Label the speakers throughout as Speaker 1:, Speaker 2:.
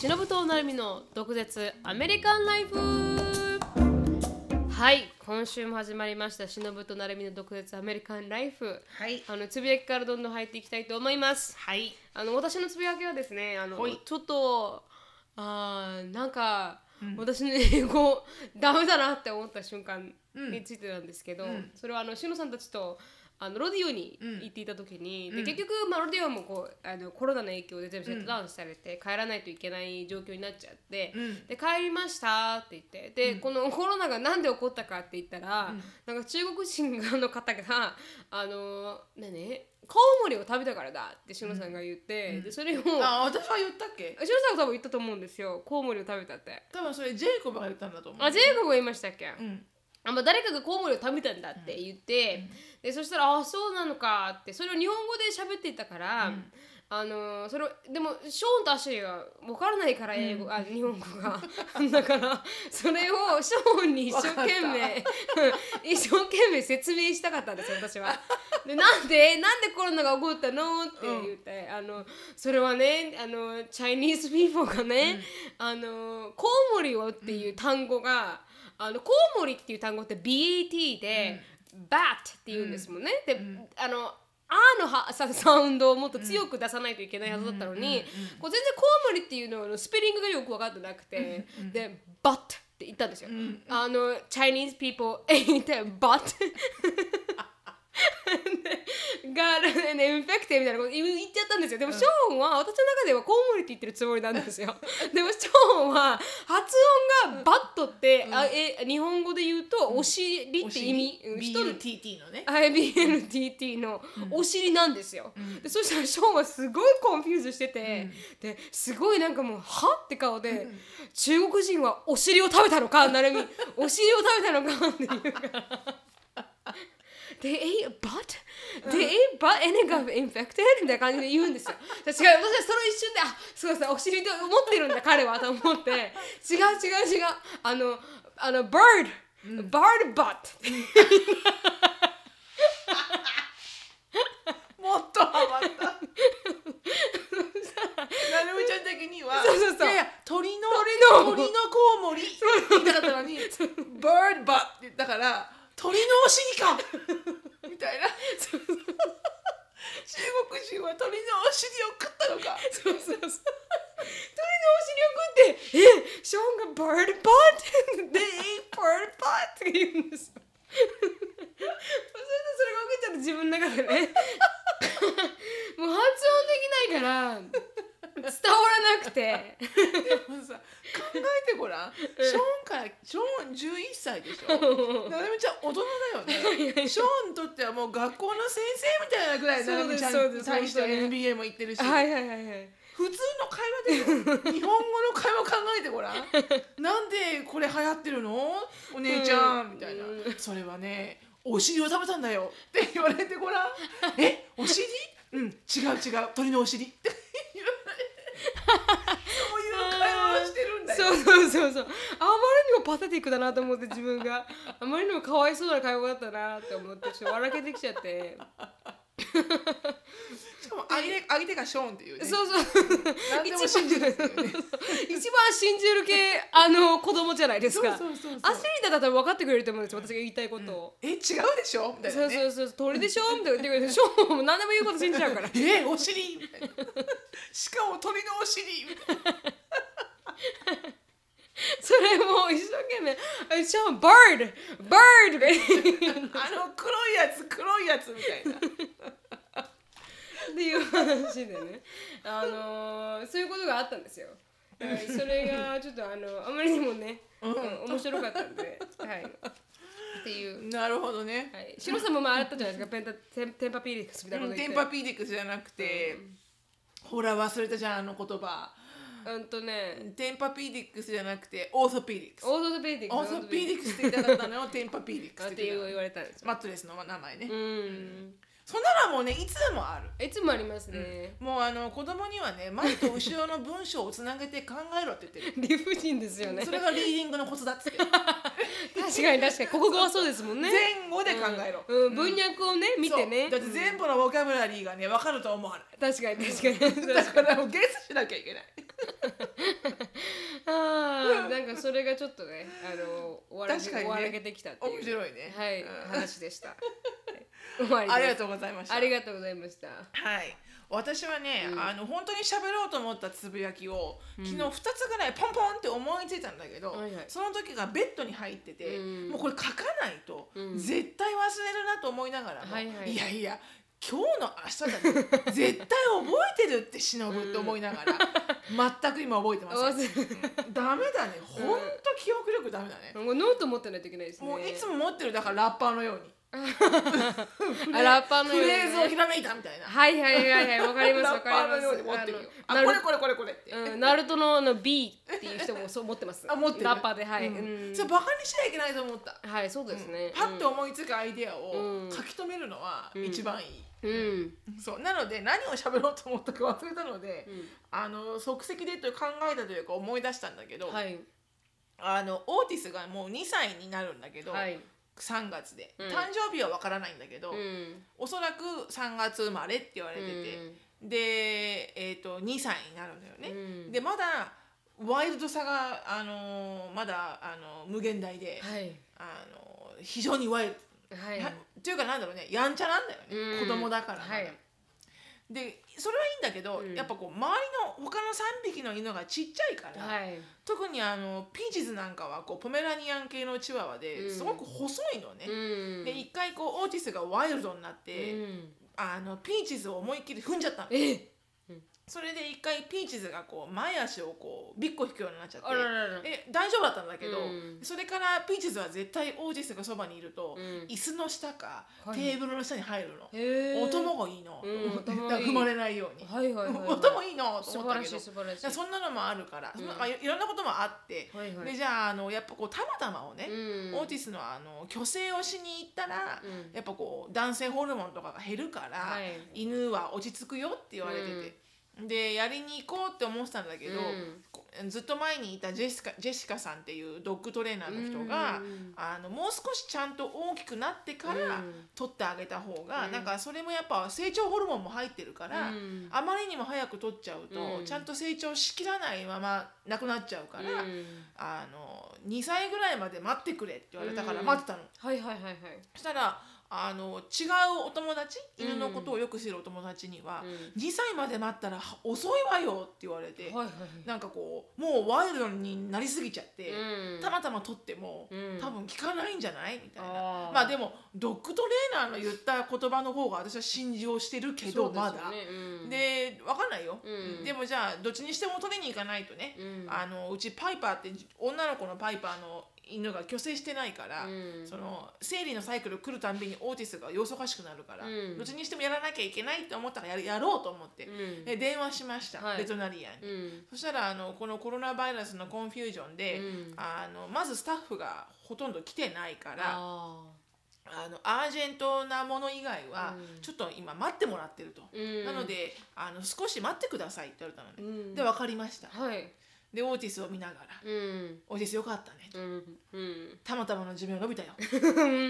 Speaker 1: 忍となるみの独舌アメリカンライフはい今週も始まりました忍となるみの独舌アメリカンライフ
Speaker 2: はい。
Speaker 1: あのつぶやきからどんどん入っていきたいと思います
Speaker 2: はい。
Speaker 1: あの私のつぶやきはですねあの
Speaker 2: ほい
Speaker 1: ちょっとあーなんか、私の英語 ダメだなって思った瞬間についてなんですけど、
Speaker 2: うん
Speaker 1: それはあのしのさんたちとあのロディオに
Speaker 2: うん
Speaker 1: 行っていた時に、
Speaker 2: うん
Speaker 1: で結局、まあ、ロディオもこうあのコロナの影響で全部シャットダウンされて、帰らないといけない状況になっちゃって、
Speaker 2: うん
Speaker 1: で帰りましたって言ってで、このコロナがなんで起こったかって言ったら、なんか中国人の方があの何コウモリを食べたからだってしのさんが言って、でそれをしのさんが
Speaker 2: あ、私は言ったっけ
Speaker 1: 多分言ったと思うんですよコウモリを食べたって。
Speaker 2: 多分それジェイコブが言ったんだと思う。
Speaker 1: あジェイコブが言いましたっけ、
Speaker 2: うん。
Speaker 1: あまあ、誰かがコウモリを食べたんだって言って、でそしたら「あそうなのか」ってそれを日本語で喋っていたから、あのーそれをでもショーンとアシュリーは分からないから英語、あ日本語が だからそれをショーンに一生懸 命一生懸命説明したかったんですよ私は。でなんでなんでコロナが起こったのって言って、あのそれはねあのチャイニーズピーポーがね、あのコウモリをっていう単語が、あのコウモリっていう単語って BAT で、バッ BAT っていうんですもんね。で、あのあーのはさサウンドをもっと強く出さないといけないはずだったのに、こう全然コウモリっていうののスペリングがよく分かってなくて、で「バッ」って言ったんですよ。あの「Chinese people ain't a butt」が「ね、インフェクテみたいなこと言う言っちゃったんですよでもショーンは私の中ではコウモリって言ってるつもりなんですよ でもショーンは発音が「バット」って、あえ日本語で言うと「お尻」って意味、うん、人の
Speaker 2: BLTT のね。
Speaker 1: IBLTT のお尻なんですよ、でそしたらショーンはすごいコンフューズしてて、ですごいなんかもう「はって顔で、中国人はお尻を食べたのかな るみお尻を食べたのか」っていうから They ate butt? They ate butt and it got infected? みたいな感じで言うんですよ。で違う、私はその一瞬で、あ、そうそう、お尻と思ってるんだ、彼は、と思って。違う違う違う。あの、あの、bird、bird butt って
Speaker 2: もっとハマ った。なるみちゃん的には、
Speaker 1: そうそうそう
Speaker 2: いやいや鳥の
Speaker 1: 鳥の
Speaker 2: 鳥のコウモリって言いたかったのに、bird butt って言ったから、鳥のお尻かみたいな。中国人は鳥のお尻を食ったのか
Speaker 1: そうそうそう。鳥のお尻を食って、え、ショーンがバードパーって、で、バードパーって言うんですよ。それでそれが受けちゃって自分の中でね。もう発音できないから、伝わらなくて。
Speaker 2: でもさ考えてごらんショーンからショーン11歳でしょななみちゃん大人だ よねショーンにとってはもう学校の先生みたいなぐらい
Speaker 1: そう
Speaker 2: なな
Speaker 1: で
Speaker 2: み
Speaker 1: す
Speaker 2: ちゃ
Speaker 1: そうんで
Speaker 2: に
Speaker 1: す
Speaker 2: 対しては
Speaker 1: 本当に
Speaker 2: NBA も行ってるし、
Speaker 1: はいはいはいはい。
Speaker 2: 普通の会話 でよ日本語の会話考えてごらんなんでこれ流行ってるのお姉ちゃん、みたいなそれはねお尻を食べたんだよって言われてごらんえお尻うん違う違う鳥のお尻って言われてそういう会話をしてるんだよ
Speaker 1: そうそうそうそうあまりにもパテティックだなと思って自分があまりにもかわいそうな会話だったなって思ってちょっと笑けてきちゃって
Speaker 2: しかも相手相手がショーンっていうね
Speaker 1: そうそう
Speaker 2: 何でも信じるっていうね
Speaker 1: 一番信じる系あの子供じゃないですか
Speaker 2: そうそうそうそう
Speaker 1: アスリートだったら分かってくれると思うんですよ私が言いたいことを、
Speaker 2: え違うでしょみたい
Speaker 1: そ
Speaker 2: な
Speaker 1: う
Speaker 2: ね
Speaker 1: そうそう鳥でしょみたいな言ってくれるでしょもう何でも言うこと信じちゃう から
Speaker 2: えお尻みたいなしかも鳥のお尻みたいな
Speaker 1: それも一生懸命「あショーンバードバード」とか言って
Speaker 2: あの黒いやつ黒いやつみたいな
Speaker 1: っていう話でね、あのーそういうことがあったんですよ。はいそれがちょっとあのあまりにもね、うん面白かったんで、はい、っていう。
Speaker 2: なるほどね、
Speaker 1: はい、シロさんもまああったじゃないですか、ペンタテンテンパピーリックスみたいなこと
Speaker 2: テ
Speaker 1: 言
Speaker 2: ン
Speaker 1: っ
Speaker 2: パ
Speaker 1: て。
Speaker 2: ピーディックスじゃなくて、ほら忘れたじゃんあの言葉
Speaker 1: うんとね、
Speaker 2: テンパピーディックスじゃなくてオーソピーディックス
Speaker 1: オーソペディックス。
Speaker 2: オーソピーディックスって言いたかったのをテンパピーディックス
Speaker 1: っ
Speaker 2: ってて言
Speaker 1: いう
Speaker 2: う
Speaker 1: 言われたんですよ。
Speaker 2: マットレスの名前ね、
Speaker 1: うん。
Speaker 2: そんなのもうねいつでもある
Speaker 1: いつもありますね。
Speaker 2: もうあの子供にはね前と後ろの文章をつなげて考えろって言って
Speaker 1: 理不尽ですよね
Speaker 2: る。それがリーディングのコツだっつ っ て
Speaker 1: 確かに確かに、国語はそうですもんね。
Speaker 2: 前後で考えろ、
Speaker 1: うん、文脈をね、見てね
Speaker 2: そうだ。って全部のボキャブラリーがね分かると思わない
Speaker 1: 確かに確かに。
Speaker 2: だからもうゲスしなきゃいけない
Speaker 1: うんなんかそれがちょっとねあの笑
Speaker 2: 確かにね
Speaker 1: 笑けてきたっていう
Speaker 2: 面白いね
Speaker 1: はい
Speaker 2: うん
Speaker 1: 話でしたはい 終わりです
Speaker 2: ありがとうございました
Speaker 1: ありがとうございました
Speaker 2: はい私はね、
Speaker 1: うん
Speaker 2: あの本当に喋ろうと思ったつぶやきを
Speaker 1: うん
Speaker 2: 昨日2つぐらいポンポンって思いついたんだけど、
Speaker 1: はいはい
Speaker 2: その時がベッドに入ってて、
Speaker 1: うん
Speaker 2: もうこれ書かないと
Speaker 1: うん
Speaker 2: 絶対忘れるなと思いながらも、
Speaker 1: はいはい
Speaker 2: やいや今日の明日だ って絶対覚えてるって忍ぶって思いながら、全く今覚えてません、うんダメだね本当記憶力ダメだね、
Speaker 1: もうノート持ってないといけないですね
Speaker 2: もういつも持ってるだからラッパーのように
Speaker 1: あラッパーの
Speaker 2: フ
Speaker 1: ようにね
Speaker 2: レーズをひらめいたみたいな
Speaker 1: はいはいはいはいわかります
Speaker 2: ラ
Speaker 1: わ
Speaker 2: ッ
Speaker 1: か
Speaker 2: パーの
Speaker 1: り
Speaker 2: よ
Speaker 1: ま
Speaker 2: う
Speaker 1: す
Speaker 2: に持ってるよ
Speaker 1: あの
Speaker 2: あこれこれこれこれって、
Speaker 1: うん、ナルトのあの B っていう人もそう持ってます。
Speaker 2: あ持ってる
Speaker 1: ラッパーではい。
Speaker 2: うん
Speaker 1: うん
Speaker 2: それバカにしちゃいけないと思った、
Speaker 1: はい、そうですね。
Speaker 2: パッと思いつくアイデア
Speaker 1: う
Speaker 2: を
Speaker 1: ん
Speaker 2: 書き留めるのは
Speaker 1: うん
Speaker 2: 一番いい、
Speaker 1: うん、うん、
Speaker 2: そうなので何を喋ろうと思ったか忘れたので、あの即席でという考えたというか思い出したんだけど、
Speaker 1: はい、
Speaker 2: あのオーティスがもう2歳になるんだけど、
Speaker 1: はい、
Speaker 2: 3月で、
Speaker 1: うん
Speaker 2: 誕生日はわからないんだけど、
Speaker 1: うん、
Speaker 2: おそらく3月生まれって言われてて、で、えー、と2歳になるんだよね。
Speaker 1: うん
Speaker 2: でまだワイルドさが、あのーまだ、あのー無限大で、
Speaker 1: はい、
Speaker 2: あのー非常にワイル
Speaker 1: は
Speaker 2: ド、
Speaker 1: い
Speaker 2: な、というかなんだろうねやんちゃなんだよね、
Speaker 1: うん
Speaker 2: 子供だからまだ、
Speaker 1: はい、
Speaker 2: でそれはいいんだけど、
Speaker 1: うん
Speaker 2: やっぱこう周りの他の3匹の犬がちっちゃいから、
Speaker 1: はい、
Speaker 2: 特にあのピーチズなんかはこうポメラニアン系のチワワで、
Speaker 1: うん
Speaker 2: すごく細いのね。
Speaker 1: うん、
Speaker 2: で一回こうオーティスがワイルドになって、
Speaker 1: うん、
Speaker 2: あのピーチズを思いっきり踏んじゃったの
Speaker 1: え、
Speaker 2: それで一回ピーチズがこう前足をこうびっこ引くようになっちゃって
Speaker 1: あららら、
Speaker 2: え大丈夫だったんだけど、
Speaker 1: うん
Speaker 2: それからピーチズは絶対オーティスがそばにいると、
Speaker 1: うん
Speaker 2: 椅子の下か、
Speaker 1: はい
Speaker 2: テーブルの下に入るの、
Speaker 1: へー
Speaker 2: お供がいいの、
Speaker 1: うんお供が
Speaker 2: だから
Speaker 1: いい
Speaker 2: 踏まれないように、
Speaker 1: はいはいはいはい、
Speaker 2: 音もいいのと
Speaker 1: 素
Speaker 2: 思
Speaker 1: 晴
Speaker 2: った
Speaker 1: ら
Speaker 2: け
Speaker 1: し
Speaker 2: ど
Speaker 1: い素晴らし
Speaker 2: だから
Speaker 1: い。
Speaker 2: そんなのもあるから、
Speaker 1: うん
Speaker 2: なんかいいろんなこともあって、
Speaker 1: はいはい
Speaker 2: でじゃああのやっぱこうたまたまをね、
Speaker 1: うん
Speaker 2: オーティスのあの虚勢をしに行ったら、
Speaker 1: うん
Speaker 2: やっぱこう男性ホルモンとかが減るから、
Speaker 1: はい
Speaker 2: 犬は落ち着くよって言われてて。でやりに行こうって思ってたんだけど、
Speaker 1: うん
Speaker 2: こずっと前にいたジェシカジェシカさんっていうドッグトレーナーの人が、
Speaker 1: うん
Speaker 2: あのもう少しちゃんと大きくなってから
Speaker 1: うん
Speaker 2: 取ってあげた方が、
Speaker 1: うん
Speaker 2: なんかそれもやっぱ成長ホルモンも入ってるから、
Speaker 1: うん
Speaker 2: あまりにも早く取っちゃうと、
Speaker 1: うん
Speaker 2: ちゃんと成長しきらないままなくなっちゃうから、
Speaker 1: うん
Speaker 2: あの2歳ぐらいまで待ってくれって言われたから
Speaker 1: うん
Speaker 2: 待ってたの。
Speaker 1: はいはいはいはい、
Speaker 2: そしたらあの違うお友達犬のことをよく知るお友達には、
Speaker 1: うん
Speaker 2: 2歳まで待ったらは遅いわよって言われて、
Speaker 1: はいはいはい、
Speaker 2: なんかこうもうワイルドになりすぎちゃって、
Speaker 1: うん
Speaker 2: たまたま取っても、
Speaker 1: うん
Speaker 2: 多分効かないんじゃないみたいな
Speaker 1: あー
Speaker 2: まあでもドッグトレーナーの言った言葉の方が私は信じをしてるけ
Speaker 1: そ
Speaker 2: ど、
Speaker 1: うです
Speaker 2: ま
Speaker 1: よ
Speaker 2: だ。
Speaker 1: ねうん
Speaker 2: で分かんないよ、
Speaker 1: うん
Speaker 2: でもじゃあどっちにしても取りに行かないとね、
Speaker 1: うん
Speaker 2: あのうちパイパーって女の子のパイパーの犬が虚勢してないから、
Speaker 1: うん
Speaker 2: その生理のサイクル来るたんびにオーティスが様子おかしくなるから、
Speaker 1: うん
Speaker 2: どっちにしてもやらなきゃいけないって思ったからやるやろうと思って、
Speaker 1: うん
Speaker 2: で電話しました、
Speaker 1: はい
Speaker 2: ベトナリアンに。
Speaker 1: うん
Speaker 2: そしたらあのこのコロナバイラスのコンフュージョンで、
Speaker 1: うん
Speaker 2: あのまずスタッフがほとんど来てないからあ
Speaker 1: あ
Speaker 2: のアージェントなもの以外は、
Speaker 1: うん
Speaker 2: ちょっと今待ってもらってると、
Speaker 1: ーうん
Speaker 2: なのであの少し待ってくださいって言われたの
Speaker 1: う
Speaker 2: ね、
Speaker 1: ん
Speaker 2: で分かりました
Speaker 1: はい
Speaker 2: でオーティスを見ながら
Speaker 1: うん
Speaker 2: 「オーティスよかったね」
Speaker 1: うんうん
Speaker 2: たまたまの寿命伸びたよ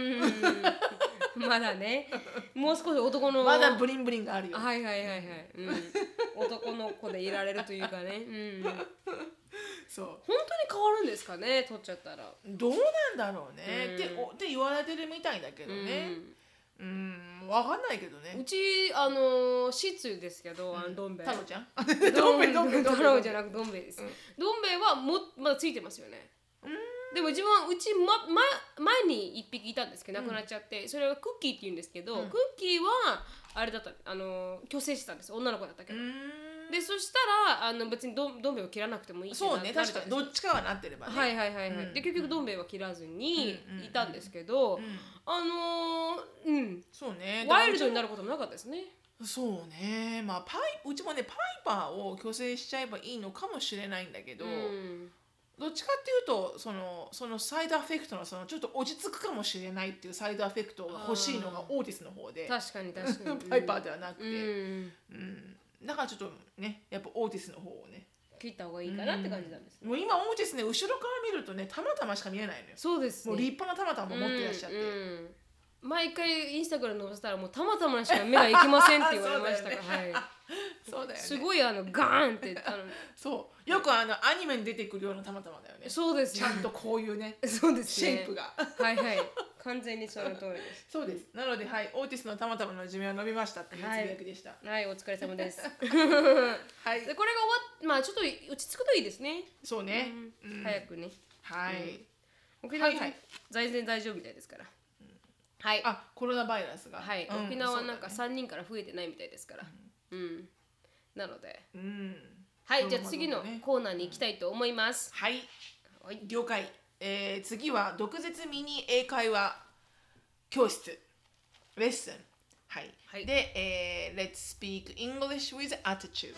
Speaker 1: うんまだねもう少し男の
Speaker 2: まだブリンブリンがあるよ」
Speaker 1: はいはいはいはい、うん、男の子でいられるというかね、うん、本
Speaker 2: そう
Speaker 1: 当に変わるんですかね取っちゃったら、
Speaker 2: どうなんだろうね、
Speaker 1: うん
Speaker 2: っておって言われてるみたいだけどねうん分かんないけど
Speaker 1: うん、う
Speaker 2: ね
Speaker 1: ちあのシツですけどあのどん兵衛
Speaker 2: 太郎ちゃん
Speaker 1: ど
Speaker 2: どん兵衛どん兵衛どん
Speaker 1: 太
Speaker 2: 兵
Speaker 1: 郎
Speaker 2: 衛
Speaker 1: じゃなくどん兵衛です、
Speaker 2: うん
Speaker 1: どん兵衛はもまだついてますよねでも自分はうち、ま、ま前に1匹いたんですけど
Speaker 2: う
Speaker 1: 亡
Speaker 2: ん
Speaker 1: くなっちゃって、それはクッキーって言うんですけど、
Speaker 2: うん
Speaker 1: クッキーはあれだったあの虚勢してたんです女の子だったけ
Speaker 2: う
Speaker 1: ど、
Speaker 2: ん
Speaker 1: でそしたらあの別にどんどん兵衛を切らなくてもいいって
Speaker 2: そう
Speaker 1: な
Speaker 2: ね
Speaker 1: なる
Speaker 2: 確かに
Speaker 1: じゃ
Speaker 2: ど
Speaker 1: ないで
Speaker 2: っちかはなってれば
Speaker 1: す
Speaker 2: ね、
Speaker 1: かはいはいはいはい、
Speaker 2: うん
Speaker 1: で結局どん兵衛は切らずに
Speaker 2: うん
Speaker 1: いたんですけど、
Speaker 2: うん、
Speaker 1: あのーうん
Speaker 2: そうね
Speaker 1: ワイルドにな
Speaker 2: だか
Speaker 1: ることもなかったですね
Speaker 2: らそうねまあパイうちもねパイパーを虚勢しちゃえばいいのかもしれないんだけど、
Speaker 1: うん
Speaker 2: どっちかっていうとそのそのサイドエフェクトのそのちょっと落ち着くかもしれないっていうサイドエフェクトが欲しいのが
Speaker 1: あー
Speaker 2: オーティスの方で
Speaker 1: 確 かに確かに
Speaker 2: パイパーではな
Speaker 1: う
Speaker 2: くて、
Speaker 1: ん
Speaker 2: うんだからちょっとねやっぱオーティスの方をね
Speaker 1: 切った方がいいかなって感じなんですね、
Speaker 2: もう今オーティスね後ろから見るとねたまたましか見えないのよ
Speaker 1: そうです
Speaker 2: もう立派なたまたま持ってらっしゃって、
Speaker 1: うんうん 毎回インスタグラムに載せたらもうたまたましか目がいきませんって言われましたから、はい
Speaker 2: そうだよね
Speaker 1: すごいあのガーンってあの
Speaker 2: そうよくあのアニメに出てくるようなたまたまだよね
Speaker 1: そうです
Speaker 2: ちゃんとこういうね
Speaker 1: そうです
Speaker 2: シ
Speaker 1: ね
Speaker 2: ェイプ が
Speaker 1: はいはい完全にその通りです
Speaker 2: そうですなのではいオーティスのたまたまの寿命は伸びましたっていうつぶやきでした
Speaker 1: はいお疲れ様 ですでこれ
Speaker 2: はい、
Speaker 1: が終わっまあちょっと落ち着くといいですね
Speaker 2: そうね、
Speaker 1: うん
Speaker 2: うん
Speaker 1: 早くね
Speaker 2: はい、
Speaker 1: 沖縄、
Speaker 2: はいはい
Speaker 1: 全然大丈夫みたいですから、はい
Speaker 2: あコロナバイラスが
Speaker 1: はい、
Speaker 2: うん
Speaker 1: 沖縄はなん
Speaker 2: そ
Speaker 1: か
Speaker 2: うだね
Speaker 1: 3人から増えてないみたいですからうん、なので
Speaker 2: うん
Speaker 1: はい、
Speaker 2: まあ
Speaker 1: じゃあ
Speaker 2: まあ
Speaker 1: 次の
Speaker 2: どうもね
Speaker 1: コーナーに行きたいと思います、
Speaker 2: はい
Speaker 1: はい、
Speaker 2: 了解、えー、次は毒舌ミニ英会話教室レッスンはい、
Speaker 1: はい
Speaker 2: で、えー、Let's speak English with attitude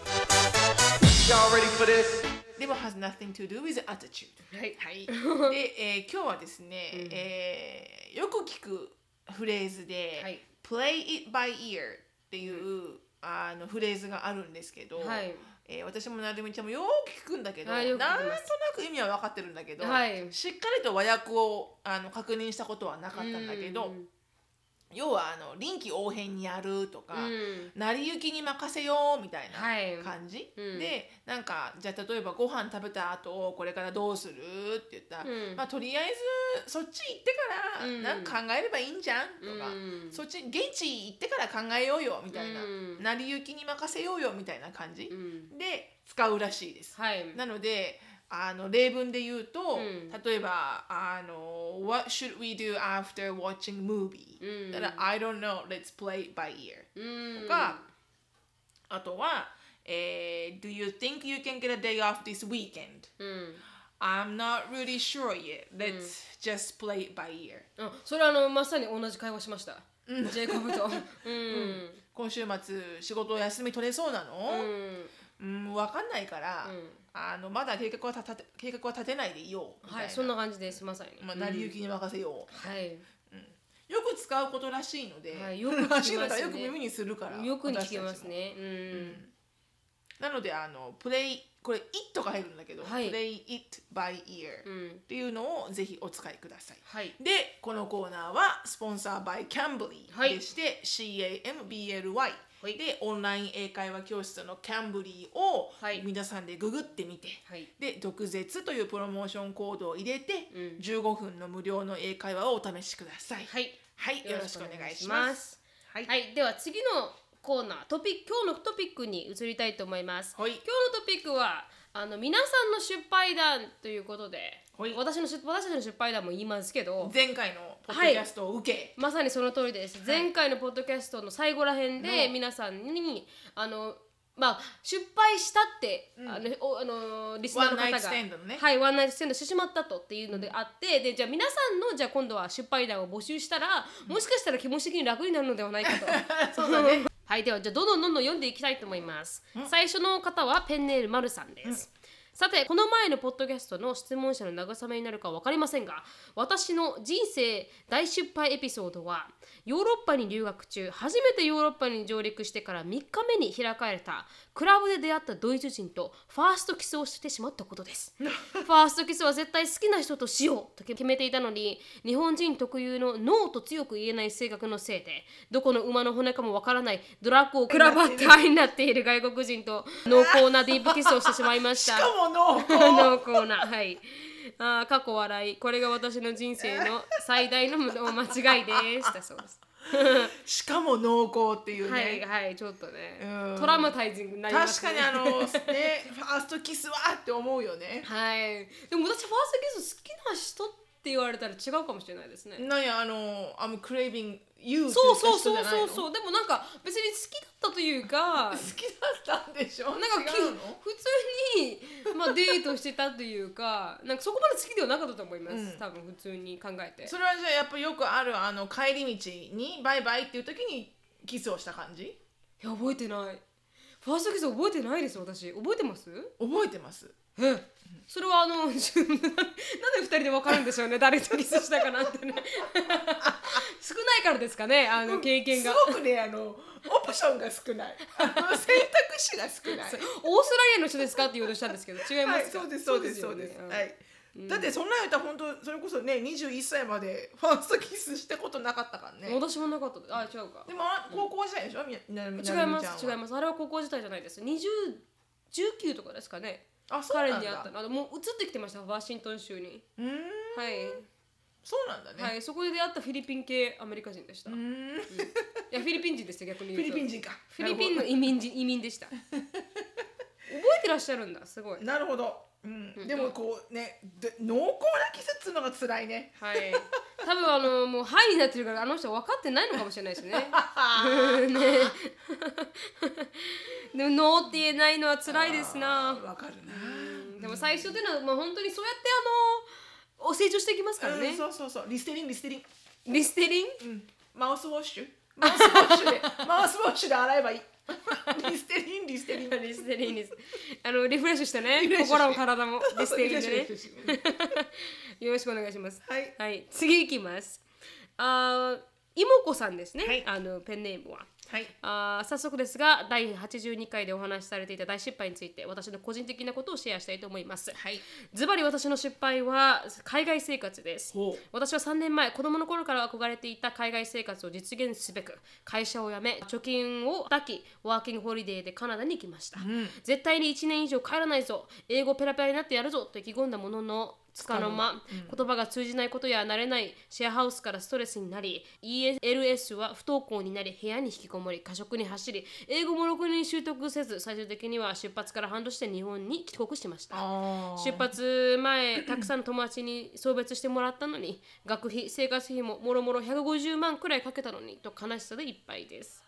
Speaker 3: Y'all ready for this?
Speaker 2: でも has nothing to do with attitude
Speaker 1: はい
Speaker 2: はい、で、えー、今日はですね、えー、よく聞くフレーズで、
Speaker 1: はい
Speaker 2: play it by ear っていう、あのフレーズがあるんですけど、
Speaker 1: はい
Speaker 2: えー私もなるみちゃんもよく聞くんだけど、
Speaker 1: はいよく聞きま
Speaker 2: なん
Speaker 1: す
Speaker 2: となく意味は分かってるんだけど、
Speaker 1: はい
Speaker 2: しっかりと和訳をあの確認したことはなかったんだけど、
Speaker 1: うん
Speaker 2: 要はあの臨機応変にやるとか、
Speaker 1: うん
Speaker 2: 成り行きに任せようみたい
Speaker 1: はい
Speaker 2: な感じ、
Speaker 1: うん
Speaker 2: でなんかじゃあ例えばご飯食べた後これからどうするって言ったら、
Speaker 1: うん
Speaker 2: まあ、とりあえずそっち行ってから
Speaker 1: うん
Speaker 2: なんか考えればいいんじゃんとか、
Speaker 1: うん
Speaker 2: そっち現地行ってから考えようよみたいな、
Speaker 1: うん
Speaker 2: 成り行きに任せようよみたいな感じ、
Speaker 1: うん
Speaker 2: で使うらしいです。
Speaker 1: はい
Speaker 2: なのであの例文で言うと、
Speaker 1: うん
Speaker 2: 例えばあの「What should we do after watching movie?、
Speaker 1: うん
Speaker 2: だから「I don't know let's play it by ear」
Speaker 1: うん
Speaker 2: とか、あとは、えー Do you think you can get a day off this weekend?
Speaker 1: うん
Speaker 2: I'm not really sure yet. Let's just play it by ear.
Speaker 1: あそれはあのまさに同じ会話しました、ジェイコブ とうん
Speaker 2: 今週末仕事を休み取れそうな
Speaker 1: う
Speaker 2: の、
Speaker 1: ん
Speaker 2: うん、分かんないから、
Speaker 1: うん
Speaker 2: あのまだ計画は立て計画は立てないでいようみたいな,、
Speaker 1: はいそんな感じですまさに
Speaker 2: まあ、成り行きに任せよう、
Speaker 1: はい
Speaker 2: よく使うことらしいので、
Speaker 1: はいよく聞きますね
Speaker 2: らしいのでよく耳にするから
Speaker 1: よく聞きます
Speaker 2: 私たち
Speaker 1: ねうん
Speaker 2: もなのであのプレイこれ「it」が入るんだけど「
Speaker 1: はい
Speaker 2: play it by ear」
Speaker 1: うん
Speaker 2: っていうのをぜひお使いください。
Speaker 1: はい
Speaker 2: でこのコーナーはスポンサー by Cambly
Speaker 1: はい
Speaker 2: でして、CAMBLY、
Speaker 1: はい
Speaker 2: でオンライン英会話教室の Cambly を
Speaker 1: はい
Speaker 2: 皆さんでググってみて、
Speaker 1: はい
Speaker 2: で「毒舌」というプロモーションコードを入れて、
Speaker 1: うん
Speaker 2: 15分の無料の英会話をお試しください。
Speaker 1: はい
Speaker 2: はい、よろしくお願いします。
Speaker 1: す
Speaker 2: は
Speaker 1: はい、では次のコーナートピック今日のトピックに移りたいと思います、
Speaker 2: はい
Speaker 1: 今日のトピックはあの皆さんの失敗談ということで、
Speaker 2: はい
Speaker 1: 私の失私たちの失敗談も言いますけど
Speaker 2: 前回のポッドキャストを受け、
Speaker 1: まさにその通りです、前回のポッドキャストの最後らへんで
Speaker 2: の
Speaker 1: 皆さんにあのまあ失敗したって、あのおあのリスナーの方
Speaker 2: ワンナイ
Speaker 1: が
Speaker 2: トスタンドのね
Speaker 1: はいワンナイトスタンドしてしまったとっていうのであって、でじゃあ皆さんのじゃあ今度は失敗談を募集したらもしかしたら気持ち的に楽になるのではないかと
Speaker 2: そうだね。
Speaker 1: はい、ではじゃあどんどんどんどん読んでいきたいと思います。最初の方はペンネールまるさんです。さてこの前のポッドキャストの質問者の慰めになるかは分かりませんが私の人生大失敗エピソードはヨーロッパに留学中初めてヨーロッパに上陸してから3日目に開かれたクラブで出会ったドイツ人とファーストキスをしてしまったことです ファーストキスは絶対好きな人としようと決めていたのに日本人特有のノーと強く言えない性格のせいでどこの馬の骨かもわからないドラッグをくらばった愛になっている外国人と濃厚なディープキスをしてしまいまし
Speaker 2: したかもの、
Speaker 1: 濃厚なはいあー過去笑いこれが私の人生の最大の間違いですだそうです
Speaker 2: しかも濃厚っていうね。
Speaker 1: はいはいちょっと
Speaker 2: う
Speaker 1: ね
Speaker 2: ん
Speaker 1: トラウマタイジングになりま
Speaker 2: 確
Speaker 1: すね
Speaker 2: かにあのね、ファーストキスはって思うよね。
Speaker 1: はいでも私ファーストキス好きな人って言われたら違うかもしれないですね
Speaker 2: なんやあの、I'm craving you って
Speaker 1: そうそうそうそう
Speaker 2: う。好
Speaker 1: そうでもなんか別に好きだったというか
Speaker 2: きだったんでしょ。
Speaker 1: なんかき
Speaker 2: 違うの？
Speaker 1: 普通に、まあ、デートしてたというかなんかそこまで好きではなかったと思います、
Speaker 2: うん
Speaker 1: 多分普通に考えて
Speaker 2: それはじゃあやっぱよくあるあの帰り道にバイバイっていう時にキスをした感じ？
Speaker 1: いや覚えてないファーストキス覚えてないです私覚えてます
Speaker 2: 覚えてます。
Speaker 1: えそれはあの自分なんで二人で分かるんでしょうね誰とキスしたかなんてね 少ないからですかねあの経験が、
Speaker 2: すごくねあのオプションが少ない。あの選択肢が少
Speaker 1: オ
Speaker 2: ない。
Speaker 1: ーストラリアの人ですかって言おうとしたんですけど違いま
Speaker 2: はい、
Speaker 1: すか、
Speaker 2: そうです、そうです、そうです。
Speaker 1: よね
Speaker 2: はい。だってそんな言ったら本当それこそね21歳までファーストキスしたことなかったからね
Speaker 1: 私もなかったですあ違うか
Speaker 2: でもあ高校時代でしょみみなみな
Speaker 1: 違い
Speaker 2: み
Speaker 1: ま
Speaker 2: ちゃん
Speaker 1: す
Speaker 2: は
Speaker 1: 違いますあれは高校時代じゃないです20 19とかですかね
Speaker 2: あそう
Speaker 1: 彼
Speaker 2: なん
Speaker 1: に会った
Speaker 2: だ
Speaker 1: のあのもう移ってきてましたワシントン州に
Speaker 2: うーん
Speaker 1: はい、
Speaker 2: そうなんだね、
Speaker 1: はいそこで出会ったフィリピン系アメリカ人でした、
Speaker 2: うー
Speaker 1: い
Speaker 2: ん
Speaker 1: やフィリピン人ですよ逆に
Speaker 2: フ
Speaker 1: 言う
Speaker 2: ィリ
Speaker 1: と
Speaker 2: ピン人か
Speaker 1: フィリピンの移民人移民でした覚えてらっしゃるんだすごい
Speaker 2: なるほど、うん
Speaker 1: うん
Speaker 2: でもこうねで濃厚なキスっつうのが辛いね
Speaker 1: はい多分あのもう「はい」になってるからあの人分かってないのかもしれない ですね ねでも「ノー」って言えないのは 辛いです
Speaker 2: あ
Speaker 1: な
Speaker 2: ーわかるな
Speaker 1: でも最初っていうのは、まあ、本当にそうやってあのお成長していきますから
Speaker 2: うん
Speaker 1: ね。
Speaker 2: そうそうそうリステリンリステリン、
Speaker 1: リステリン
Speaker 2: うん、マウスウォッシュマウスウォッシュでマウスウォッシュで洗えばいいリステリンリステリン
Speaker 1: リステリンです。あのリフレッシュしてね
Speaker 2: リフレッシュして
Speaker 1: 心も体もリステリンでね
Speaker 2: リ。ステリンリステリン
Speaker 1: よろしくお願いします。
Speaker 2: はい
Speaker 1: はい、次いきます。あーいもこさんですね、
Speaker 2: はい
Speaker 1: あのペンネームは。
Speaker 2: はい
Speaker 1: あー早速ですが第82回でお話しされていた大失敗について私の個人的なことをシェアしたいと思います。
Speaker 2: はい
Speaker 1: ズバリ私の失敗は海外生活です
Speaker 2: ほう
Speaker 1: 私は3年前子供の頃から憧れていた海外生活を実現すべく会社を辞め貯金を抱きワーキングホリデーでカナダに行きました、絶対に1年以上帰らないぞ英語ペラペラになってやるぞと意気込んだもののつかの間、言葉が通じないことや慣れないシェアハウスからストレスになり ELS は不登校になり部屋に引きこもり過食に走り英語もろくに習得せず最終的には出発から半年で日本に帰国しました
Speaker 2: あ
Speaker 1: 出発前たくさんの友達に送別してもらったのに学費生活費ももろもろ150万くらいかけたのにと悲しさでいっぱいです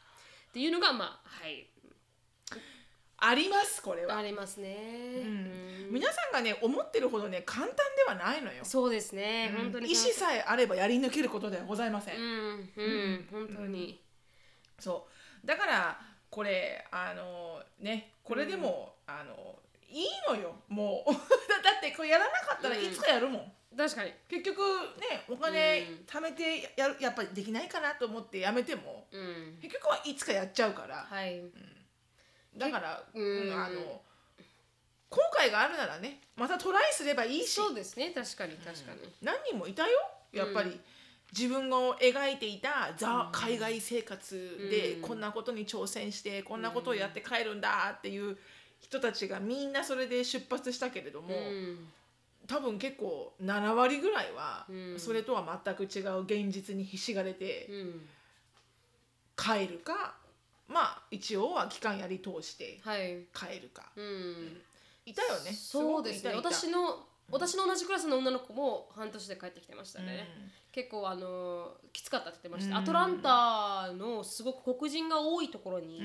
Speaker 1: っていうのがまあはい
Speaker 2: ありますこれは
Speaker 1: ありますね、うん
Speaker 2: 皆さんがね思ってるほどね簡単ではないのよ
Speaker 1: そうですね、本当に
Speaker 2: 意思さえあればやり抜けることではございません、
Speaker 1: うんうん本当に、
Speaker 2: そうだからこれあのねこれでも、あのいいのよもう だだってこれやらなかったら
Speaker 1: うん
Speaker 2: いつかやるもん、
Speaker 1: 確かに
Speaker 2: 結局ねお金
Speaker 1: うん
Speaker 2: 貯めてやるやっぱりできないかなと思ってやめても
Speaker 1: うん
Speaker 2: 結局はいつかやっちゃうから
Speaker 1: はい
Speaker 2: だから、
Speaker 1: うん
Speaker 2: うんあの後悔があるならねまたトライすればいいし
Speaker 1: そうですね確かに確かに、
Speaker 2: 何人もいたよやっぱり、自分を描いていたザ・海外生活で
Speaker 1: うん
Speaker 2: こんなことに挑戦してこんなことをやって帰るんだっていう人たちがみんなそれで出発したけれども、
Speaker 1: うん
Speaker 2: 多分結構7割ぐらいは
Speaker 1: うん
Speaker 2: それとは全く違う現実にひしがれて
Speaker 1: うん
Speaker 2: 帰るかまあ一応は期間やり通して
Speaker 1: はい
Speaker 2: 帰るか
Speaker 1: うん
Speaker 2: いたよね
Speaker 1: そうですね
Speaker 2: ごくいたいた
Speaker 1: 私の私の同じクラスの女の子も半年で帰ってきてましたね、結構あのーきつかったって言ってました、
Speaker 2: うん
Speaker 1: アトランタのすごく黒人が多いところに、
Speaker 2: う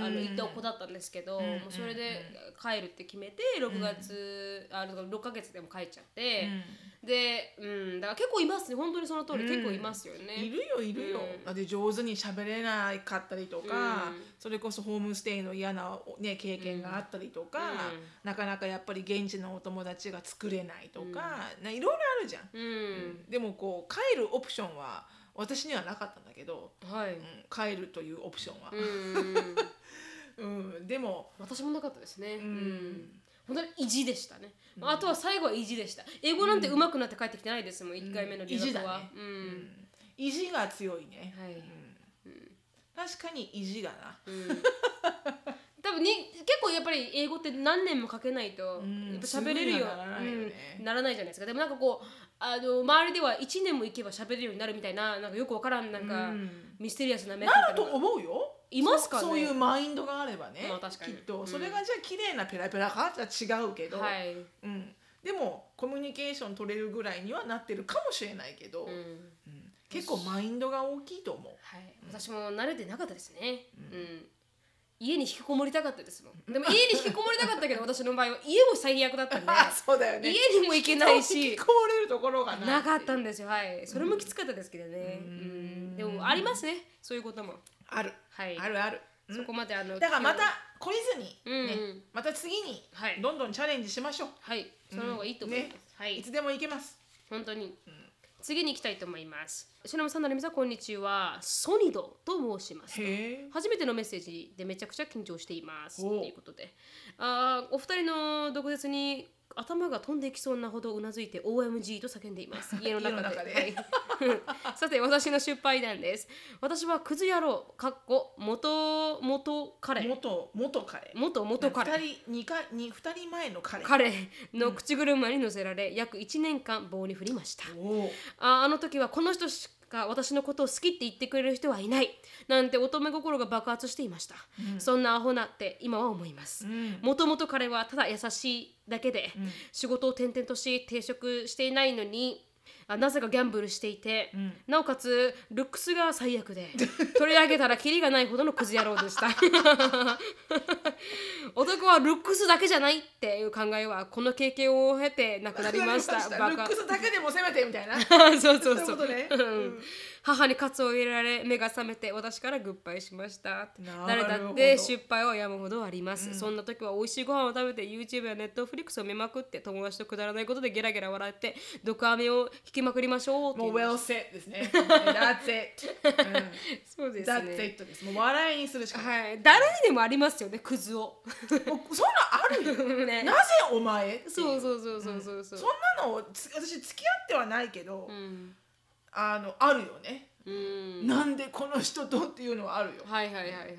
Speaker 2: ん
Speaker 1: あの行った子だったんですけど、
Speaker 2: うん
Speaker 1: もうそれで帰るって決めて6月、あの6ヶ月でも帰っちゃっ
Speaker 2: う
Speaker 1: て、
Speaker 2: ん
Speaker 1: で、うん、だから結構いますね本当にその通り、
Speaker 2: うん
Speaker 1: 結構いますよね。
Speaker 2: いるよいるよ、
Speaker 1: うん
Speaker 2: だって上手に喋れなかったりとか、
Speaker 1: うん
Speaker 2: それこそホームステイの嫌な、ね、経験があったりとか、
Speaker 1: うん
Speaker 2: なかなかやっぱり現地のお友達が作れないとか、ないろいろあるじゃん、
Speaker 1: うん
Speaker 2: でもこう帰るオプションは私にはなかったんだけど、
Speaker 1: はい、
Speaker 2: うん、帰るというオプションは
Speaker 1: う、ん、
Speaker 2: うんでも
Speaker 1: 私もなかったですね。うん
Speaker 2: ん
Speaker 1: 本当に意地でしたね、まああとは最後は意地でした英語なんて上手くなって帰ってきてないですもん、一1回目の留学は、
Speaker 2: 意地だね
Speaker 1: うん
Speaker 2: うん意地が強いね、
Speaker 1: はい、
Speaker 2: 確かに意地がな
Speaker 1: うん多分に結構やっぱり英語って何年もかけないと、
Speaker 2: うん
Speaker 1: やっぱ喋れるよ
Speaker 2: すぐにはならないよね
Speaker 1: うんならないじゃないですかでもなんかこうあの周りでは1年も行けば喋れるようになるみたいななんかよくわからんなんか、
Speaker 2: うん
Speaker 1: ミステリアスな目
Speaker 2: なると思うよ
Speaker 1: いますかね
Speaker 2: そうそういうマインドがあればね、
Speaker 1: まあ確かに
Speaker 2: きっと、
Speaker 1: うん
Speaker 2: それがじゃあ綺麗なペラペラかじゃあ違うけど、
Speaker 1: はい、
Speaker 2: うん、でもコミュニケーション取れるぐらいにはなってるかもしれないけど、
Speaker 1: うん
Speaker 2: うん結構マインドが大きいと思 う。
Speaker 1: はい、私も慣れてなかったですね、うん家に引きこもりたかったですもんでも家に引きこもりたか ったけど私の場合は家も最悪だったんで
Speaker 2: あそうだよね。
Speaker 1: 家にも行けない
Speaker 2: 引
Speaker 1: し
Speaker 2: きこもれるところがな
Speaker 1: なかったんですよはいそれもきつかったですけどね、うんでもありますねそういうことも
Speaker 2: ある、
Speaker 1: はい
Speaker 2: あるある。うん
Speaker 1: そこまであの
Speaker 2: だからまた懲りずに、
Speaker 1: うん
Speaker 2: ね
Speaker 1: うん
Speaker 2: また次に
Speaker 1: はい
Speaker 2: どんどんチャレンジしましょう。
Speaker 1: はいその方がいいと思います、
Speaker 2: ね
Speaker 1: はい
Speaker 2: いつでもいけます。
Speaker 1: 本当に、次に行きたいと思いますしのぶさんなるみさんこんにちはソニドと申します
Speaker 2: へえ。
Speaker 1: 初めてのメッセージでめちゃくちゃ緊張しています
Speaker 2: おう
Speaker 1: ということであーお二人の毒舌に頭が飛んできそうなほどうなずいて OMG と叫んでい ます。家の中で。
Speaker 2: 家の中で
Speaker 1: はい さて私の失敗談です。私はクズ野郎、かっこ元元彼、
Speaker 2: 元元彼
Speaker 1: 元元彼。
Speaker 2: 二人二回二二人前の彼
Speaker 1: 彼の口車に乗せられ約1年間棒に振りました
Speaker 2: おお
Speaker 1: ああの時はこの人しか私のことを好きって言ってくれる人はいないなんて乙女心が爆発していました、そんなアホなって今は思います
Speaker 2: ん
Speaker 1: もともと彼はただ優しいだけで、仕事を転々とし転職していないのにあなぜかギャンブルしていて、
Speaker 2: ん
Speaker 1: なおかつルックスが最悪で取り上げたらキリがないほどのクズ野郎でした 男はルックスだけじゃないっていう考えはこの経験を経てなくなりました
Speaker 2: ルックスだけでもせめて みたいな
Speaker 1: そうそう
Speaker 2: そういう
Speaker 1: そ
Speaker 2: こと
Speaker 1: う。
Speaker 2: ね
Speaker 1: うん母にカツを入れられ目が覚めて私からグッバイしました
Speaker 2: なるほど
Speaker 1: 誰だって失敗は山ほどあります、そんな時は美味しいご飯を食べて YouTube や Netflix を見まくって友達とくだらないことでゲラゲラ笑って毒飴を引きまくりましょうってい
Speaker 2: もう
Speaker 1: う
Speaker 2: well said で すね That's it
Speaker 1: そう
Speaker 2: うん
Speaker 1: です
Speaker 2: That's
Speaker 1: ね
Speaker 2: it ですもう笑いにするしかない
Speaker 1: はい誰にでもありますよねクズを
Speaker 2: もうそんなんあるよ
Speaker 1: ね
Speaker 2: なぜお前っていう
Speaker 1: そうそうそうそうそうそう
Speaker 2: そんなのつ私付き合ってはないけど、
Speaker 1: うん、
Speaker 2: あのあるよね、
Speaker 1: うん、
Speaker 2: なんでこの人とっていうのはあるよ
Speaker 1: はいはいはいはい